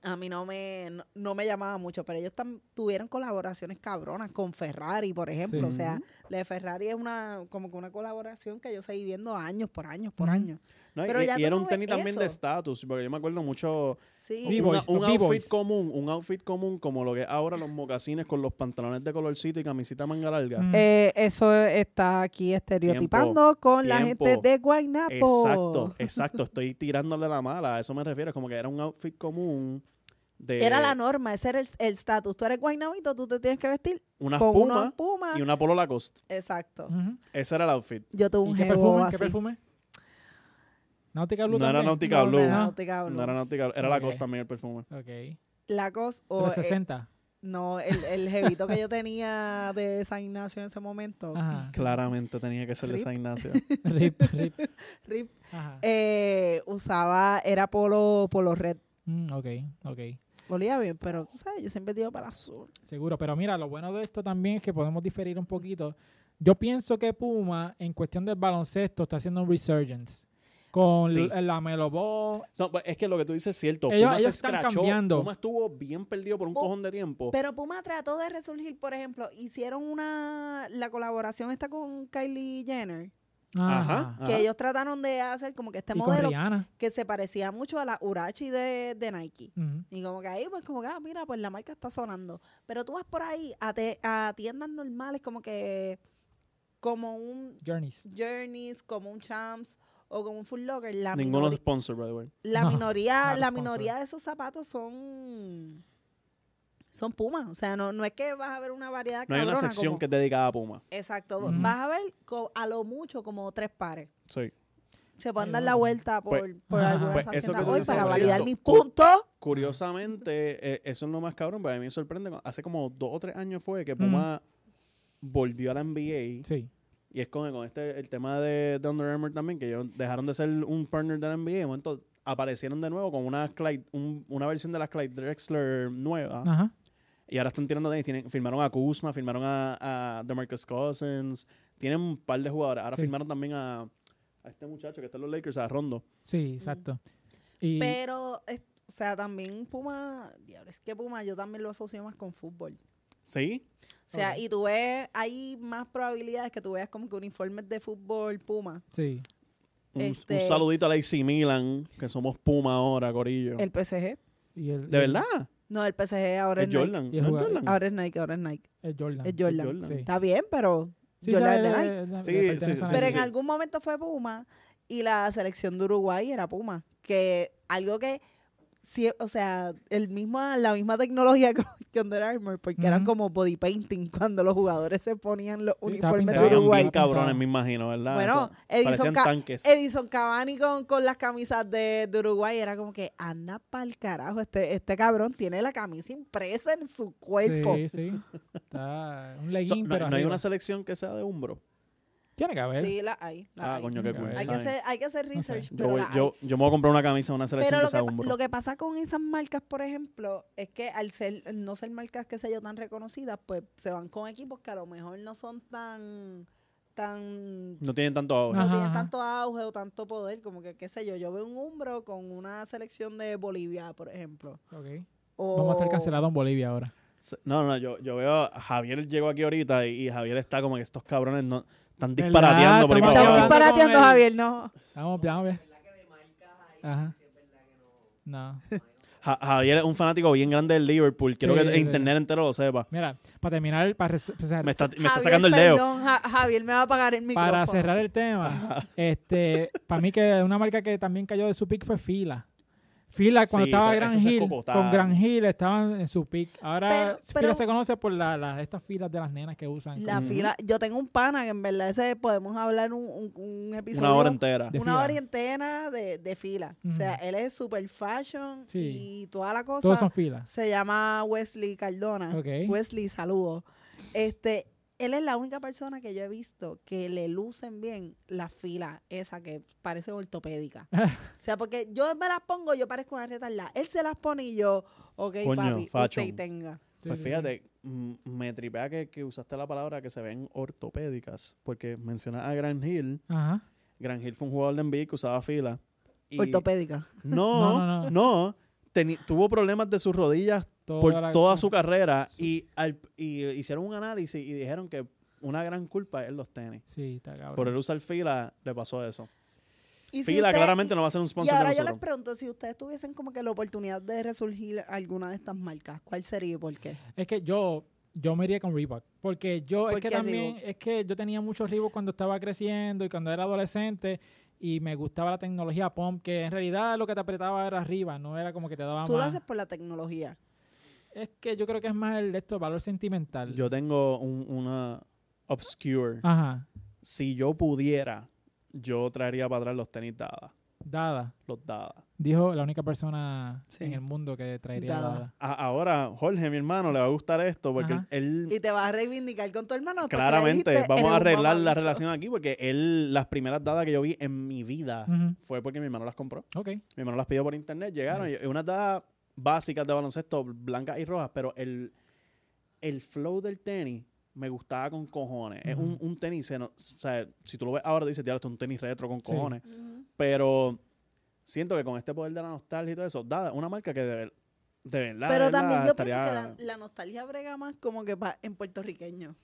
Speaker 3: a mí no me no, no me llamaba mucho pero ellos tam- tuvieron colaboraciones cabronas con Ferrari por ejemplo
Speaker 1: Sí.
Speaker 3: o sea la de Ferrari es una como que una colaboración que yo seguí viendo años por años por
Speaker 1: Ujú.
Speaker 3: años
Speaker 2: No, y-
Speaker 3: Pero
Speaker 2: y,
Speaker 3: ya
Speaker 2: y
Speaker 3: tú
Speaker 2: era
Speaker 3: no
Speaker 2: un
Speaker 3: ves
Speaker 2: tenis también de
Speaker 3: eso.
Speaker 2: estatus, porque yo me acuerdo mucho
Speaker 3: sí
Speaker 1: Vivo.
Speaker 2: una-
Speaker 1: B-boys,
Speaker 2: un
Speaker 1: los
Speaker 2: outfit
Speaker 1: B-boys.
Speaker 2: común, un outfit común como lo que es ahora los mocasines con los pantalones de colorcito y camisita manga larga.
Speaker 1: Mm.
Speaker 3: Eh, eso está aquí estereotipando con la
Speaker 2: tiempo.
Speaker 3: gente de Guaynapo.
Speaker 2: Exacto, exacto, estoy tirándole la mala, a eso me refiero, es como que era un outfit común de
Speaker 3: Era la norma, ese era el el estatus. Tú eres guaynabito, tú te tienes que vestir
Speaker 2: unas
Speaker 3: con
Speaker 2: pumas
Speaker 3: una puma.
Speaker 2: y una polo Lacoste.
Speaker 3: Exacto.
Speaker 1: Ujú.
Speaker 2: Ese era el outfit.
Speaker 3: Yo tuve
Speaker 1: ¿Y
Speaker 3: un
Speaker 1: qué
Speaker 3: jevo
Speaker 1: perfume?
Speaker 3: así.
Speaker 1: ¿Qué perfume? Náutica Blue
Speaker 2: No era
Speaker 1: también?
Speaker 2: Nautica
Speaker 3: No, no
Speaker 2: Blue.
Speaker 3: era
Speaker 1: Ah.
Speaker 3: Nautica Blue.
Speaker 2: No era Nautica, era la
Speaker 1: Ok.
Speaker 2: Lacoste también el perfume.
Speaker 1: Ok.
Speaker 3: Lacoste o... eh,
Speaker 1: 360.
Speaker 3: no, el, el jevito que yo tenía de San Ignacio en ese momento.
Speaker 1: Ajá.
Speaker 2: Claramente tenía que ser de
Speaker 3: Rip.
Speaker 2: San Ignacio.
Speaker 1: Rip, rip.
Speaker 3: Eh, Rip,
Speaker 1: Ajá.
Speaker 3: eh, usaba, era polo, polo red.
Speaker 1: Mm, ok, ok.
Speaker 3: Olía bien, pero tú sabes, yo siempre tiro para azul.
Speaker 1: Seguro, pero mira, lo bueno de esto también es que podemos diferir un poquito. Yo pienso que Puma, en cuestión del baloncesto, está haciendo un resurgence. Con
Speaker 2: Sí.
Speaker 1: l- la Melo Ball.
Speaker 2: No, pues, es que lo que tú dices es cierto.
Speaker 1: Ellos-
Speaker 2: Puma
Speaker 1: ellos
Speaker 2: se
Speaker 1: están
Speaker 2: escrachó,
Speaker 1: cambiando.
Speaker 2: Puma estuvo bien perdido por un
Speaker 3: Pu-
Speaker 2: cojón de tiempo.
Speaker 3: Oh, Pero Puma trató de resurgir, por ejemplo, hicieron una la colaboración esta con Kylie Jenner,
Speaker 2: Ajá.
Speaker 1: Ajá.
Speaker 3: que ellos trataron de hacer como que este
Speaker 1: Ah, Y con
Speaker 3: modelo
Speaker 1: Rihanna.
Speaker 3: que se parecía mucho a la Urachi de, de Nike.
Speaker 1: Ujú.
Speaker 3: Y como que ahí, pues como que, ah, mira, pues la marca está sonando. Pero tú vas por ahí a, te- a tiendas normales como que, como un
Speaker 1: Journeys.
Speaker 3: Journeys, como un Champs o como un Full Locker. La,
Speaker 2: Ninguno
Speaker 3: minori-
Speaker 2: sponsor, by the way.
Speaker 3: la
Speaker 1: No,
Speaker 3: minoría,
Speaker 1: no
Speaker 3: la
Speaker 1: los sponsor.
Speaker 3: minoría de esos zapatos son... Son pumas, o sea, no, no es que vas a ver una variedad
Speaker 2: No hay una
Speaker 3: cabrona
Speaker 2: sección
Speaker 3: como-
Speaker 2: que es dedicada a Puma.
Speaker 3: Exacto,
Speaker 1: Ujú.
Speaker 3: vas a ver co- a lo mucho como tres pares.
Speaker 2: Sí.
Speaker 3: Se pueden
Speaker 1: Ay,
Speaker 3: dar la
Speaker 1: bueno.
Speaker 3: vuelta por,
Speaker 2: Pues-
Speaker 3: por
Speaker 1: Ajá.
Speaker 3: alguna
Speaker 1: Pues
Speaker 2: eso
Speaker 3: de esas
Speaker 2: que
Speaker 3: tiendas
Speaker 2: tú
Speaker 3: hoy
Speaker 2: dices
Speaker 3: para
Speaker 2: es
Speaker 3: validar
Speaker 2: cierto.
Speaker 3: mis
Speaker 2: Cu-
Speaker 3: puntos.
Speaker 2: Curiosamente, eh, eso es lo más cabrón, pero a mí me sorprende. cu- Hace como dos o tres años fue que Puma volvió a la NBA.
Speaker 1: Sí.
Speaker 2: Y es con, con este, el tema de, de Under Armour también, que ellos dejaron de ser un partner de la NBA. Y de momento aparecieron de nuevo con una, Clyde- un- una versión de las Clyde Drexler nueva.
Speaker 1: Ajá.
Speaker 2: Y ahora están tirando tenis. Tienen, firmaron a Kuzma, firmaron a, a DeMarcus Cousins. Tienen un par de jugadores. Ahora
Speaker 1: Sí.
Speaker 2: firmaron también a, a este muchacho que está en los Lakers, a Rondo.
Speaker 1: Sí, exacto. Y
Speaker 3: Pero, es- o sea, también Puma, diablo, es que Puma yo también lo asocio más con fútbol.
Speaker 2: ¿Sí?
Speaker 3: O sea,
Speaker 1: Ok.
Speaker 3: y tú ves, hay más probabilidades que tú veas como que uniformes de fútbol Puma.
Speaker 1: sí.
Speaker 2: Un, un
Speaker 3: Este-
Speaker 2: saludito a la AC Milan, que somos Puma ahora, Corillo.
Speaker 3: El PSG.
Speaker 1: Y el,
Speaker 2: ¿De
Speaker 1: y el-
Speaker 2: verdad?
Speaker 3: No, el PSG ahora
Speaker 2: Es
Speaker 3: es, Nike.
Speaker 2: Jordan.
Speaker 1: Y el
Speaker 2: ¿No es
Speaker 1: jugador-
Speaker 2: Jordan?
Speaker 3: Ahora es Nike, ahora es Nike.
Speaker 1: El Jordan.
Speaker 3: Es Jordan.
Speaker 2: Jordan.
Speaker 1: Sí.
Speaker 3: Está bien, pero
Speaker 1: Sí,
Speaker 3: Jordan
Speaker 1: sabe,
Speaker 3: es de
Speaker 1: la-
Speaker 3: Nike.
Speaker 1: la- la-
Speaker 2: Sí,
Speaker 1: le
Speaker 2: sí,
Speaker 1: pertenece
Speaker 2: sí,
Speaker 1: a
Speaker 2: sí,
Speaker 3: Pero
Speaker 1: Nike.
Speaker 3: en algún momento fue Puma y la selección de Uruguay era Puma, que algo que sí, o sea, el misma la misma tecnología que- que Under Armour, porque eran
Speaker 1: Ujú.
Speaker 3: como body painting cuando los jugadores se ponían los
Speaker 1: Sí, estaba
Speaker 3: uniformes
Speaker 2: Se
Speaker 3: de
Speaker 1: pintado.
Speaker 2: veían
Speaker 3: Uruguay.
Speaker 2: bien cabrones, me imagino, ¿verdad?
Speaker 3: Bueno,
Speaker 2: O sea,
Speaker 3: Edison,
Speaker 2: Ah, parecían
Speaker 3: Ca-
Speaker 2: tanques.
Speaker 3: Edison Cavani con, con las camisas de, de Uruguay era como que anda pa'l carajo, este este cabrón tiene la camisa impresa en su cuerpo.
Speaker 1: Sí, sí. Está un
Speaker 2: So,
Speaker 1: legging,
Speaker 2: no,
Speaker 1: pero
Speaker 2: no hay
Speaker 1: arriba.
Speaker 2: una selección que sea de Umbro.
Speaker 1: Tiene que haber.
Speaker 3: Sí, la hay, la
Speaker 2: Ah,
Speaker 3: hay.
Speaker 2: coño, qué
Speaker 1: Hay
Speaker 2: cool.
Speaker 1: que
Speaker 3: Hay que
Speaker 2: Está bien.
Speaker 3: hacer hay que hacer
Speaker 1: sé.
Speaker 3: research,
Speaker 2: yo,
Speaker 3: pero
Speaker 2: voy,
Speaker 3: la hay.
Speaker 2: yo, yo me voy a comprar una camisa de una selección
Speaker 3: Pero
Speaker 2: que
Speaker 3: lo que,
Speaker 2: sea de
Speaker 3: pa-
Speaker 2: Umbro.
Speaker 3: lo que pasa con esas marcas, por ejemplo, es que al ser al no ser marcas que sé yo tan reconocidas, pues se van con equipos que a lo mejor no son tan tan
Speaker 2: No tienen tanto ahora.
Speaker 1: Ajá,
Speaker 3: Pues no tienen
Speaker 1: ajá.
Speaker 3: tanto auge o tanto poder, como que qué sé yo, yo veo un Umbro con una selección de Bolivia, por ejemplo.
Speaker 1: Ok.
Speaker 3: O,
Speaker 1: Vamos a estar cancelados en Bolivia ahora.
Speaker 2: Se- No, no, yo, yo veo a Javier llegó aquí ahorita y, y Javier está como que estos cabrones no, están
Speaker 1: ¿Verdad?
Speaker 2: disparateando por ahí
Speaker 1: Estamos
Speaker 2: para
Speaker 3: Estamos
Speaker 2: abajo.
Speaker 1: disparando.
Speaker 3: disparateando,
Speaker 1: con él.
Speaker 3: Javier, no.
Speaker 1: Vamos, vamos a ver. Ajá. No.
Speaker 2: Ja- Javier es un fanático bien grande del Liverpool. Quiero
Speaker 1: Sí,
Speaker 2: que
Speaker 1: sí.
Speaker 2: internet entero lo sepa.
Speaker 1: Mira, para terminar, para, res- para-
Speaker 2: Me está, me está
Speaker 3: Javier,
Speaker 2: sacando el dedo.
Speaker 3: perdón, Ja- Javier me va a apagar el micrófono.
Speaker 1: para cerrar el tema, este, para mí que una marca que también cayó de su pick fue Fila. Fila cuando
Speaker 2: Sí,
Speaker 1: estaba
Speaker 2: pero
Speaker 1: Gran
Speaker 2: eso se
Speaker 1: Hill,
Speaker 2: escocotaron.
Speaker 1: con Gran Hill estaban en su pick. Ahora
Speaker 3: Pero- pero-
Speaker 1: Fila se conoce por la, la- estas filas de las nenas que usan.
Speaker 3: La
Speaker 2: Ujú.
Speaker 3: fila, yo tengo un pana que en verdad ese podemos hablar un, un, un episodio.
Speaker 2: Una hora entera.
Speaker 1: De
Speaker 3: una
Speaker 1: fila.
Speaker 3: hora entera de, de fila. O sea,
Speaker 1: Ujú.
Speaker 3: él es super fashion
Speaker 1: Sí.
Speaker 3: y toda la cosa.
Speaker 1: Todos son filas.
Speaker 3: Se llama Wesley Cardona.
Speaker 1: Ok.
Speaker 3: Wesley, saludo. Este, él es la única persona que yo he visto que le lucen bien la fila esa que parece ortopédica. o sea, porque yo me las pongo, yo parezco una retardada. Él se las pone y yo, ok,
Speaker 2: Coño,
Speaker 3: papi,
Speaker 2: fashion.
Speaker 3: usted tenga.
Speaker 1: Sí,
Speaker 2: Pues
Speaker 1: sí, sí.
Speaker 2: fíjate, mm, me tripea que, que usaste la palabra que se ven ortopédicas, porque mencionas a Gran Hill.
Speaker 1: Ajá.
Speaker 2: Gran Hill fue un jugador de NBA que usaba fila. Y
Speaker 3: Ortopédica.
Speaker 2: no,
Speaker 1: No, no,
Speaker 2: no, teni- tuvo problemas de sus rodillas
Speaker 1: Toda
Speaker 2: por
Speaker 1: la-
Speaker 2: toda su carrera y, al- y hicieron un análisis y dijeron que una gran culpa es los tenis.
Speaker 1: Sí, está cabrón.
Speaker 2: Por el usar fila le pasó eso.
Speaker 3: Y
Speaker 2: Fila
Speaker 3: usted-
Speaker 2: claramente no va a ser un
Speaker 3: Y
Speaker 2: sponsor de
Speaker 3: ahora yo les
Speaker 2: nosotros.
Speaker 3: pregunto, si ustedes tuviesen como que la oportunidad de resurgir alguna de estas marcas, ¿cuál sería y por qué?
Speaker 1: Es que yo, yo me iría con Reebok. Porque yo, es
Speaker 3: ¿Por
Speaker 1: que
Speaker 3: qué
Speaker 1: también, es que yo tenía muchos Reebok cuando estaba creciendo y cuando era adolescente. Y me gustaba la tecnología pump, que en realidad lo que te apretaba era arriba, no era como que te daba
Speaker 3: Tú lo
Speaker 1: más.
Speaker 3: haces por la tecnología.
Speaker 1: Es que yo creo que es más el esto, valor sentimental.
Speaker 2: Yo tengo un- una
Speaker 1: Ah,
Speaker 2: obscure.
Speaker 1: Ajá,
Speaker 2: Si yo pudiera, yo traería para atrás los tenis Dada.
Speaker 1: Dada.
Speaker 2: Los Dada.
Speaker 1: Dijo la única persona
Speaker 3: Sí.
Speaker 1: en el mundo que traería
Speaker 3: Dada.
Speaker 1: Dada.
Speaker 2: A- ahora, Jorge, mi hermano, le va a gustar esto porque
Speaker 1: Ajá.
Speaker 2: él...
Speaker 3: Y te vas a reivindicar con tu hermano. porque le
Speaker 2: Claramente,
Speaker 3: dijiste,
Speaker 2: vamos a
Speaker 3: "Eres un
Speaker 2: arreglar la
Speaker 3: mamabicho".
Speaker 2: relación aquí porque él, las primeras dadas que yo vi en mi vida
Speaker 1: Ujú,
Speaker 2: fue porque mi hermano las compró.
Speaker 1: Ok.
Speaker 2: Mi hermano las pidió por internet, llegaron
Speaker 1: Nice.
Speaker 2: y unas dadas básicas de baloncesto, blancas y rojas, pero el, el flow del tenis me gustaba con cojones. Es un,
Speaker 1: Ujú.
Speaker 2: un tenis, se no- o sea, si tú lo ves ahora, dices, ya, esto es un tenis retro con
Speaker 1: Sí.
Speaker 2: cojones.
Speaker 3: Ujú.
Speaker 2: Pero siento que con este poder de la nostalgia y todo eso, dada, una marca que de, ver- de verdad. de
Speaker 3: Pero
Speaker 2: verdad
Speaker 3: también yo pienso
Speaker 2: estaría-
Speaker 3: que la, la nostalgia brega más como que pa- en puertorriqueños.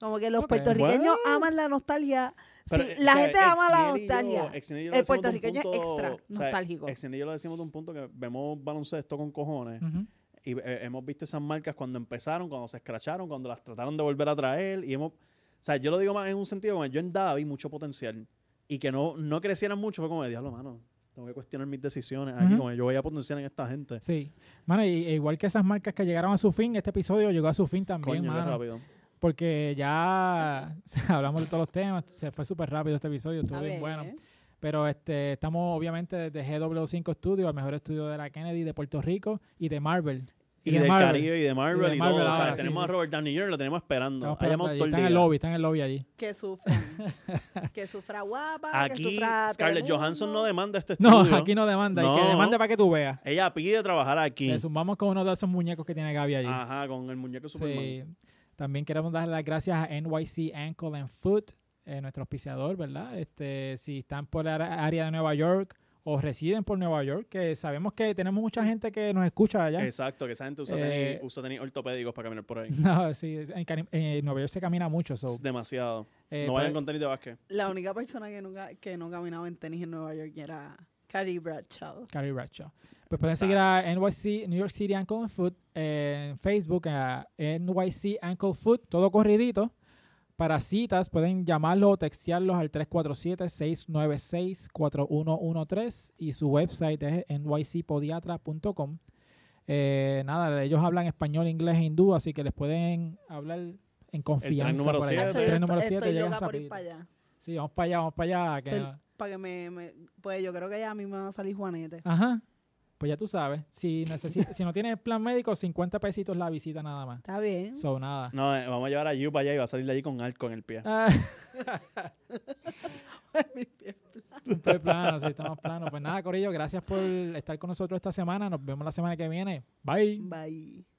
Speaker 3: Como que los
Speaker 1: Ok.
Speaker 3: puertorriqueños
Speaker 2: Bueno.
Speaker 3: aman la nostalgia.
Speaker 2: Pero,
Speaker 3: sí,
Speaker 2: eh,
Speaker 3: la
Speaker 2: o sea,
Speaker 3: gente ama la
Speaker 2: Exniel y yo-
Speaker 3: nostalgia.
Speaker 2: Exniel y yo lo decimos de
Speaker 3: el
Speaker 2: un
Speaker 3: puertorriqueño es
Speaker 2: punto-
Speaker 3: extra
Speaker 2: o sea,
Speaker 3: nostálgico.
Speaker 2: Exniel y yo lo decimos de un punto que vemos baloncesto con cojones
Speaker 1: ujú.
Speaker 2: y eh, hemos visto esas marcas cuando empezaron, cuando se escracharon, cuando las trataron de volver a traer y hemos... O sea, yo lo digo más en un sentido como yo en Dada vi mucho potencial y que no, no crecieran mucho fue como, diablo, mano, tengo que cuestionar mis decisiones aquí,
Speaker 1: Ujú.
Speaker 2: como yo voy a potenciar en esta gente.
Speaker 1: Sí. Mano, y, e igual que esas marcas que llegaron a su fin, este episodio llegó a su fin también,
Speaker 2: Coño, qué
Speaker 1: mano.
Speaker 2: rápido.
Speaker 1: Porque ya o sea, hablamos de todos los temas, se fue súper rápido este episodio, estuvo
Speaker 3: Está
Speaker 1: bien
Speaker 3: bien,
Speaker 1: bueno.
Speaker 3: ¿eh?
Speaker 1: Pero este, estamos obviamente desde GW5 Studio, el mejor estudio de la Kennedy, de Puerto Rico y de Marvel.
Speaker 2: Y,
Speaker 1: de
Speaker 2: del
Speaker 1: Marvel.
Speaker 2: Caribe y de Marvel
Speaker 1: Y
Speaker 2: y,
Speaker 1: de Marvel
Speaker 2: todo. o sea,
Speaker 1: ahora, sí, sí.
Speaker 2: tenemos a Robert Downey Jr., lo tenemos esperando.
Speaker 1: Estamos
Speaker 2: Ha
Speaker 1: esperando
Speaker 2: llamado
Speaker 1: allí,
Speaker 2: todo el
Speaker 1: Está en el
Speaker 2: día.
Speaker 1: lobby, está en el lobby allí.
Speaker 3: Que sufran. que sufra guapa, Ah, que
Speaker 2: Aquí
Speaker 3: sufra
Speaker 2: Scarlett
Speaker 3: Telemundo.
Speaker 2: Johansson no demanda este
Speaker 1: No,
Speaker 2: estudio.
Speaker 1: aquí no demanda, y que
Speaker 2: No.
Speaker 1: demande para que tú veas.
Speaker 2: Ella pide trabajar aquí.
Speaker 1: Le sumamos con uno de esos muñecos que tiene Gaby allí.
Speaker 2: Ajá, con el muñeco
Speaker 1: Sí.
Speaker 2: Superman.
Speaker 1: También queremos darle las gracias a NYC Ankle and Foot, eh, nuestro auspiciador, ¿verdad? Este, si están por la área- área de Nueva York o residen por Nueva York, que sabemos que tenemos mucha gente que nos escucha allá.
Speaker 2: Exacto, que esa gente usa,
Speaker 1: Eh,
Speaker 2: tenis, usa tenis ortopédicos para caminar por ahí.
Speaker 1: No, sí, es- en, Cani- en Nueva York se camina mucho. so,
Speaker 2: Es demasiado.
Speaker 1: eh,
Speaker 2: no
Speaker 1: pues,
Speaker 2: vayan con tenis de básquet.
Speaker 3: La única persona que, nunca, que no caminaba en tenis en Nueva York era Carrie Bradshaw.
Speaker 1: Carrie Bradshaw. Pues pueden seguir a NYC, New York City Ankle and Foot, eh, en Facebook, a NYC Ankle Foot, todo corridito. Para citas pueden llamarlos o textearlos al 347-696-4113 y su website es nycpodiatra.com. Eh, nada, ellos hablan español, inglés e hindú, así que les pueden hablar en confianza.
Speaker 2: número
Speaker 1: por allá. El
Speaker 2: siete.
Speaker 3: Hacho,
Speaker 1: tren
Speaker 3: este yo
Speaker 1: número
Speaker 3: estoy,
Speaker 1: siete,
Speaker 3: estoy
Speaker 1: llegan
Speaker 3: loca por ir
Speaker 1: rapidito.
Speaker 3: para allá.
Speaker 1: Sí, vamos para allá, vamos para allá. que
Speaker 3: Estoy-
Speaker 1: no-
Speaker 3: Para que me, me- Pues yo creo que ya a mí me va a salir Juanete.
Speaker 1: Ajá. Pues ya tú sabes, si, necesi- si no tienes plan médico, 50 pesitos la visita nada más.
Speaker 3: Está bien.
Speaker 1: So, nada.
Speaker 2: No, eh, vamos a llevar a Yu para allá y va a salir de allí con arco en el pie.
Speaker 1: Ah,
Speaker 3: Mi pie.
Speaker 1: estoy plano, sí, estamos planos. Pues nada, Corillo, gracias por estar con nosotros esta semana. Nos vemos la semana que viene. Bye.
Speaker 3: Bye.